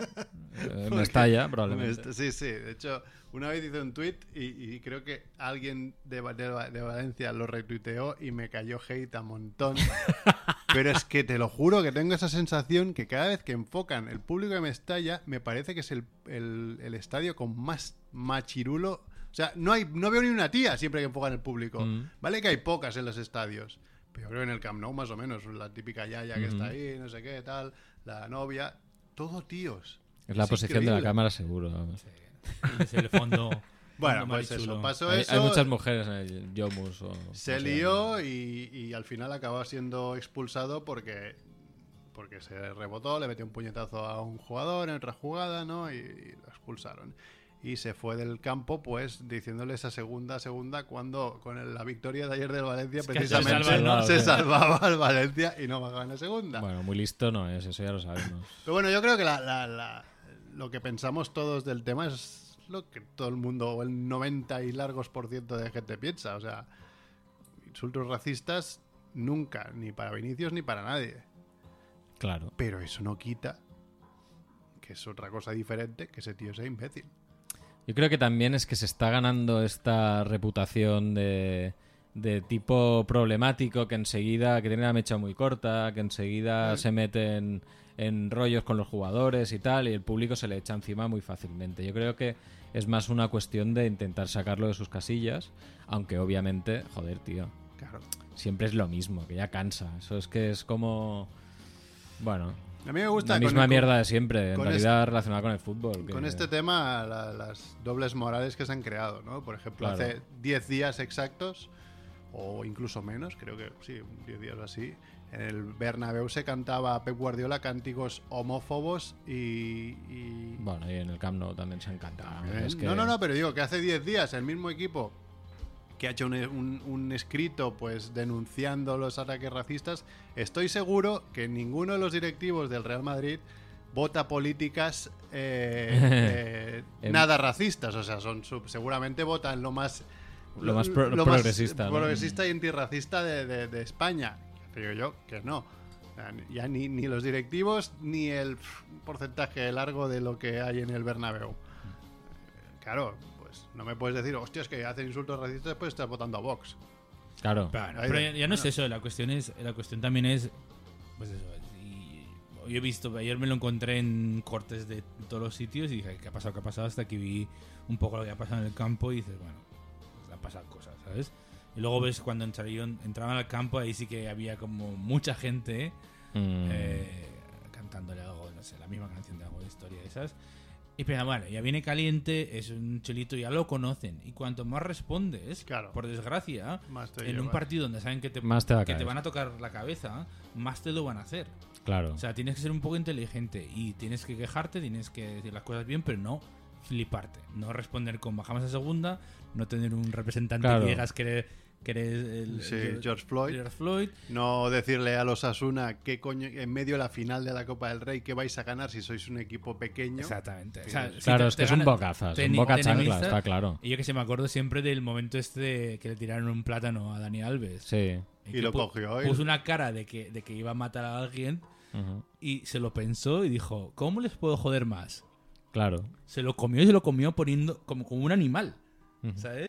S1: Eh, en Mestalla, probablemente.
S3: Este- Sí, sí. De hecho, una vez hice un tweet y, y creo que alguien de, Va- de Va- de Valencia lo retuiteó y me cayó hate a montón. Pero es que te lo juro que tengo esa sensación que cada vez que enfocan el público de Mestalla, me parece que es el, el- el estadio con más machirulo. O sea, no, hay, no veo ni una tía siempre que enfocan el público.
S1: Mm.
S3: Vale que hay pocas en los estadios. Pero yo creo que en el Camp Nou más o menos, la típica yaya que está ahí, no sé qué, tal, la novia, todo tíos.
S1: Es la
S3: Es
S1: posición de la
S3: increíble.
S1: cámara, seguro. vamos.
S2: Es el fondo.
S3: Bueno,
S2: fondo
S3: pues
S2: marichulo.
S3: eso, pasó
S1: Hay,
S3: eso.
S1: hay muchas mujeres en el Yomus. o- o sea,
S3: Se lió y, y al final acabó siendo expulsado porque, porque se rebotó, le metió un puñetazo a un jugador en otra jugada, ¿no? Y, y lo expulsaron. Y se fue del campo, pues, diciéndole esa segunda, segunda, cuando con el- la victoria de ayer del Valencia,
S2: que se
S3: precisamente se,
S1: salva, ¿no? Sí.
S3: salvaba al Valencia y no bajaba en la segunda.
S1: Bueno, muy listo no es, eso ya lo sabemos.
S3: Pero bueno, yo creo que la- la- la- lo que pensamos todos del tema es lo que todo el mundo, o el 90 y largos por ciento de gente piensa. O sea, insultos racistas nunca, ni para Vinicius ni para nadie.
S1: Claro.
S3: Pero eso no quita que es otra cosa diferente que ese tío sea imbécil.
S1: Yo creo que también es que se está ganando esta reputación de, de tipo problemático que enseguida, que tiene la mecha muy corta, que enseguida se meten en rollos con los jugadores y tal, y el público se le echa encima muy fácilmente. Yo creo que es más una cuestión de intentar sacarlo de sus casillas, aunque obviamente, joder, tío,
S3: Claro.
S1: siempre es lo mismo, que ya cansa. Eso es que es como. Bueno,
S3: A mí me gusta
S1: la
S3: Pues con-
S1: misma
S3: con-
S1: mierda de siempre, en
S3: con este-
S1: realidad relacionada con el fútbol. que-
S3: Con este tema, la- las dobles morales que se han creado, ¿no? Por ejemplo,
S1: Claro.
S3: hace 10 días exactos, o incluso menos, creo que sí, 10 días o así, en el Bernabéu se cantaba a Pep Guardiola cánticos homófobos y... y-
S1: Bueno, y en el Camp Nou también se encanta.
S3: ¿eh? No, no, no, pero digo que hace 10 días el mismo equipo que ha hecho un, un- un escrito pues denunciando los ataques racistas, estoy seguro que ninguno de los directivos del Real Madrid vota políticas eh, eh,
S1: Em-
S3: nada racistas, o sea, son sub- seguramente votan lo más
S1: Lo más pro- progresista, ¿no?
S3: progresista y antirracista de, de- de España. Pero yo que no. O sea, Ya ni, ni los directivos ni el pf, porcentaje largo de lo que hay en el Bernabéu. Claro, pues no me puedes decir, hostia, es que hacen insultos racistas, pues estás votando a Vox.
S1: Claro.
S2: Bueno,
S3: Ahí
S2: pero
S3: va.
S2: ya, ya no es eso, la cuestión es la cuestión también es pues eso, y- yo he visto, ayer me lo encontré en cortes de todos los sitios y dije, ¿qué ha pasado? ¿Qué ha pasado? Hasta que vi un poco lo que ha pasado en el campo y dices, bueno, pues han pasado cosas, ¿sabes? Y luego ves cuando entraron, entraban al campo, ahí sí que había como mucha gente
S1: Mm,
S2: eh, cantándole algo, no sé, la misma canción de algo de historia de esas. Y pero bueno, ya viene caliente, es un chulito, ya lo conocen. Y cuanto más respondes,
S3: Claro.
S2: por desgracia,
S3: Más te ¿eh?
S2: en
S3: llevas.
S2: un partido donde saben que te,
S1: Más te va a
S2: que te
S1: caer.
S2: van a tocar la cabeza, más te lo van a hacer.
S1: claro.
S2: O sea, tienes que ser un poco inteligente y tienes que quejarte, tienes que decir las cosas bien, pero no fliparte. No responder con bajamos a segunda, no tener un representante
S1: Claro.
S2: que digas que eres, que eres el,
S3: Sí,
S2: el-
S3: George Floyd.
S2: George Floyd.
S3: No decirle a los Asuna que coño, en medio de la final de la Copa del Rey, que vais a ganar si sois un equipo pequeño.
S2: Exactamente.
S3: Sí,
S2: O sea,
S3: sí.
S2: si
S1: Claro,
S2: te-
S1: es
S2: te
S1: que son
S2: gana-
S1: bocazas,
S2: te
S1: son
S2: eni-
S1: boca
S2: te
S1: chancla,
S2: enemista.
S1: está claro.
S2: Y yo que se me acuerdo siempre del momento este de que le tiraron un plátano a Dani Alves.
S1: Sí.
S3: Y
S2: que
S3: lo
S2: pu-
S3: cogió, y-
S2: Puso una cara de que, de que iba a matar a alguien
S1: ujú,
S2: y se lo pensó y dijo, ¿cómo les puedo joder más?
S1: Claro.
S2: Se lo comió y se lo comió poniendo como, como un animal. ¿Sabes?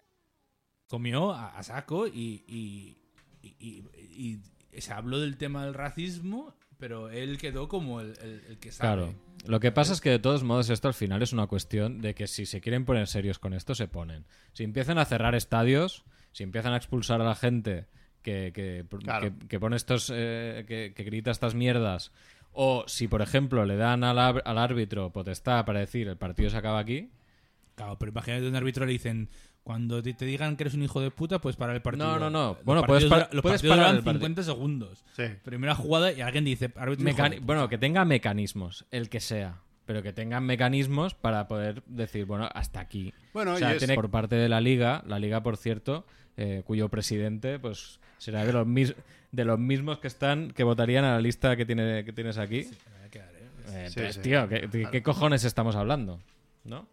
S2: Comió a, a saco y, y- y- y- y se habló del tema del racismo, pero él quedó como el, el- el que sabe.
S1: Claro. Lo que pasa es que de todos modos esto al final es una cuestión de que si se quieren poner serios con esto, se ponen. Si empiezan a cerrar estadios, si empiezan a expulsar a la gente que, que-
S3: Claro.
S1: que- que pone estos. eh, que, que grita estas mierdas. O si, por ejemplo, le dan al, ar- al árbitro potestad para decir el partido se acaba aquí.
S2: Claro, pero imagínate un árbitro le dicen, cuando te, te digan que eres un hijo de puta, puedes parar el partido.
S1: No, no, no.
S2: Los
S1: Bueno,
S2: partidos
S1: puedes par-
S2: dura- los
S1: puedes
S2: partidos
S1: parar
S2: duran
S1: el partido.
S2: 50 segundos.
S3: Sí.
S2: Primera jugada y alguien dice, árbitro, hijo
S1: Mecani-
S2: de puta.
S1: bueno, que tenga mecanismos, el que sea. Pero que tengan mecanismos para poder decir, bueno, hasta aquí.
S3: Bueno,
S1: O sea,
S3: y es-
S1: tiene- por parte de la liga, la liga, por cierto, eh, cuyo presidente, pues será de los, mis- de los mismos que están, que votarían a la lista que, tiene, que tienes aquí.
S2: Me voy a quedar, ¿eh?
S1: Eh,
S3: Sí,
S1: pues,
S3: sí.
S1: Tío, ¿qué, de qué cojones estamos hablando? ¿No?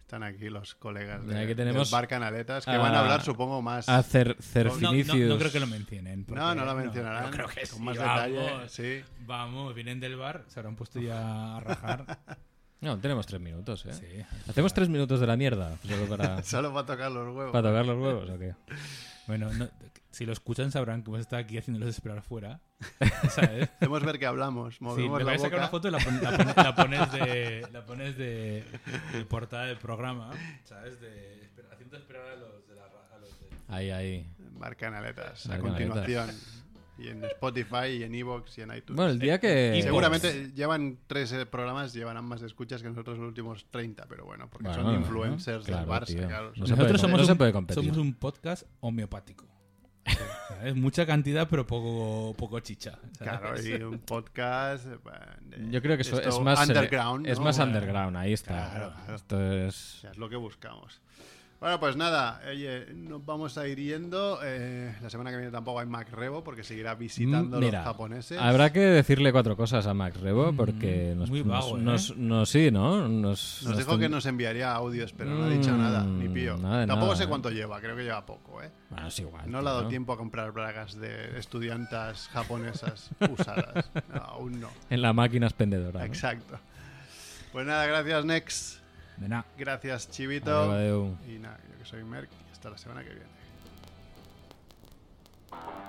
S3: Están aquí los colegas de,
S1: Aquí
S3: aquí
S1: tenemos
S3: Bar Canaletas que van a
S1: a-
S3: hablar, supongo, más.
S1: A cer-
S2: No, no,
S1: Cerfinicius.
S2: no creo que lo mencionen. porque-
S3: No, no lo mencionarán.
S2: No, creo que sí.
S3: Con más
S2: vamos,
S3: detalle. Sí.
S2: Vamos, vienen del bar, se habrán puesto ya a rajar.
S1: No, tenemos tres minutos, ¿eh?
S2: sí.
S1: Hacemos tres minutos de la mierda, solo para,
S3: Solo para tocar los huevos.
S1: para tocar los huevos, ¿o qué?
S2: Bueno, no- si lo escuchan sabrán que hemos estado aquí haciéndolos esperar fuera. ¿Sabes?
S3: Hacemos ver que hablamos.
S2: Sí,
S3: Movemos
S2: me
S3: la
S2: vais a sacar
S3: boca.
S2: una foto y la, pon- la pon- la pones, de, la pones de, de portada del programa, ¿sabes? De, esper- haciendo esperar a los de la ra- a los de-
S1: Ahí, ahí.
S3: Bar Canaletas. A
S1: Bar Canaletas.
S3: continuación. Y en Spotify, y en Evox, y en iTunes.
S1: Bueno, el día que...
S3: Eh, Y seguramente llevan tres eh, programas, llevarán más escuchas que nosotros los últimos 30, pero bueno, porque
S1: Bueno,
S3: son
S1: no,
S3: influencers
S1: claro,
S3: del Barça.
S1: tío.
S3: claro.
S1: No se puede
S2: Nosotros
S1: competir.
S2: somos,
S1: No
S2: un,
S1: se puede competir.
S2: somos un podcast homeopático. Es mucha cantidad, pero poco, poco chicha. ¿sabes?
S3: Claro, y un podcast. eh, bueno,
S1: Yo creo que eso
S3: esto
S1: es más eh,
S3: underground.
S1: Es
S3: ¿no?
S1: más
S3: Bueno,
S1: underground, ahí está.
S3: Claro, claro.
S1: Esto es.
S3: ya es lo que buscamos. Bueno, pues nada, oye, nos vamos a ir yendo. eh, la semana que viene tampoco hay Mac Rebo porque seguirá visitando
S1: Mm,
S3: los japoneses.
S1: habrá que decirle cuatro cosas a Max Rebo porque nos,
S2: Mm, muy vago,
S1: nos-
S2: ¿eh?
S1: nos- nos- sí, ¿no? Nos,
S3: Nos dijo
S1: ten-
S3: que nos enviaría audios, pero no ha dicho
S1: Mm,
S3: nada, ni pío.
S1: nada de
S3: Tampoco
S1: nada,
S3: sé
S1: ¿eh?
S3: cuánto lleva, creo que lleva poco, ¿eh?
S1: Bueno, es igual.
S3: No le ha dado
S1: tío.
S3: tiempo a comprar bragas de estudiantas japonesas usadas. No, aún no.
S1: En la máquina expendedora. ¿no?
S3: Exacto. Pues nada, gracias Nex,
S2: De nada.
S3: gracias Chivito.
S1: Adeu, adeu.
S3: Y nada, yo que soy Merck y hasta la semana que viene.
S4: Sol.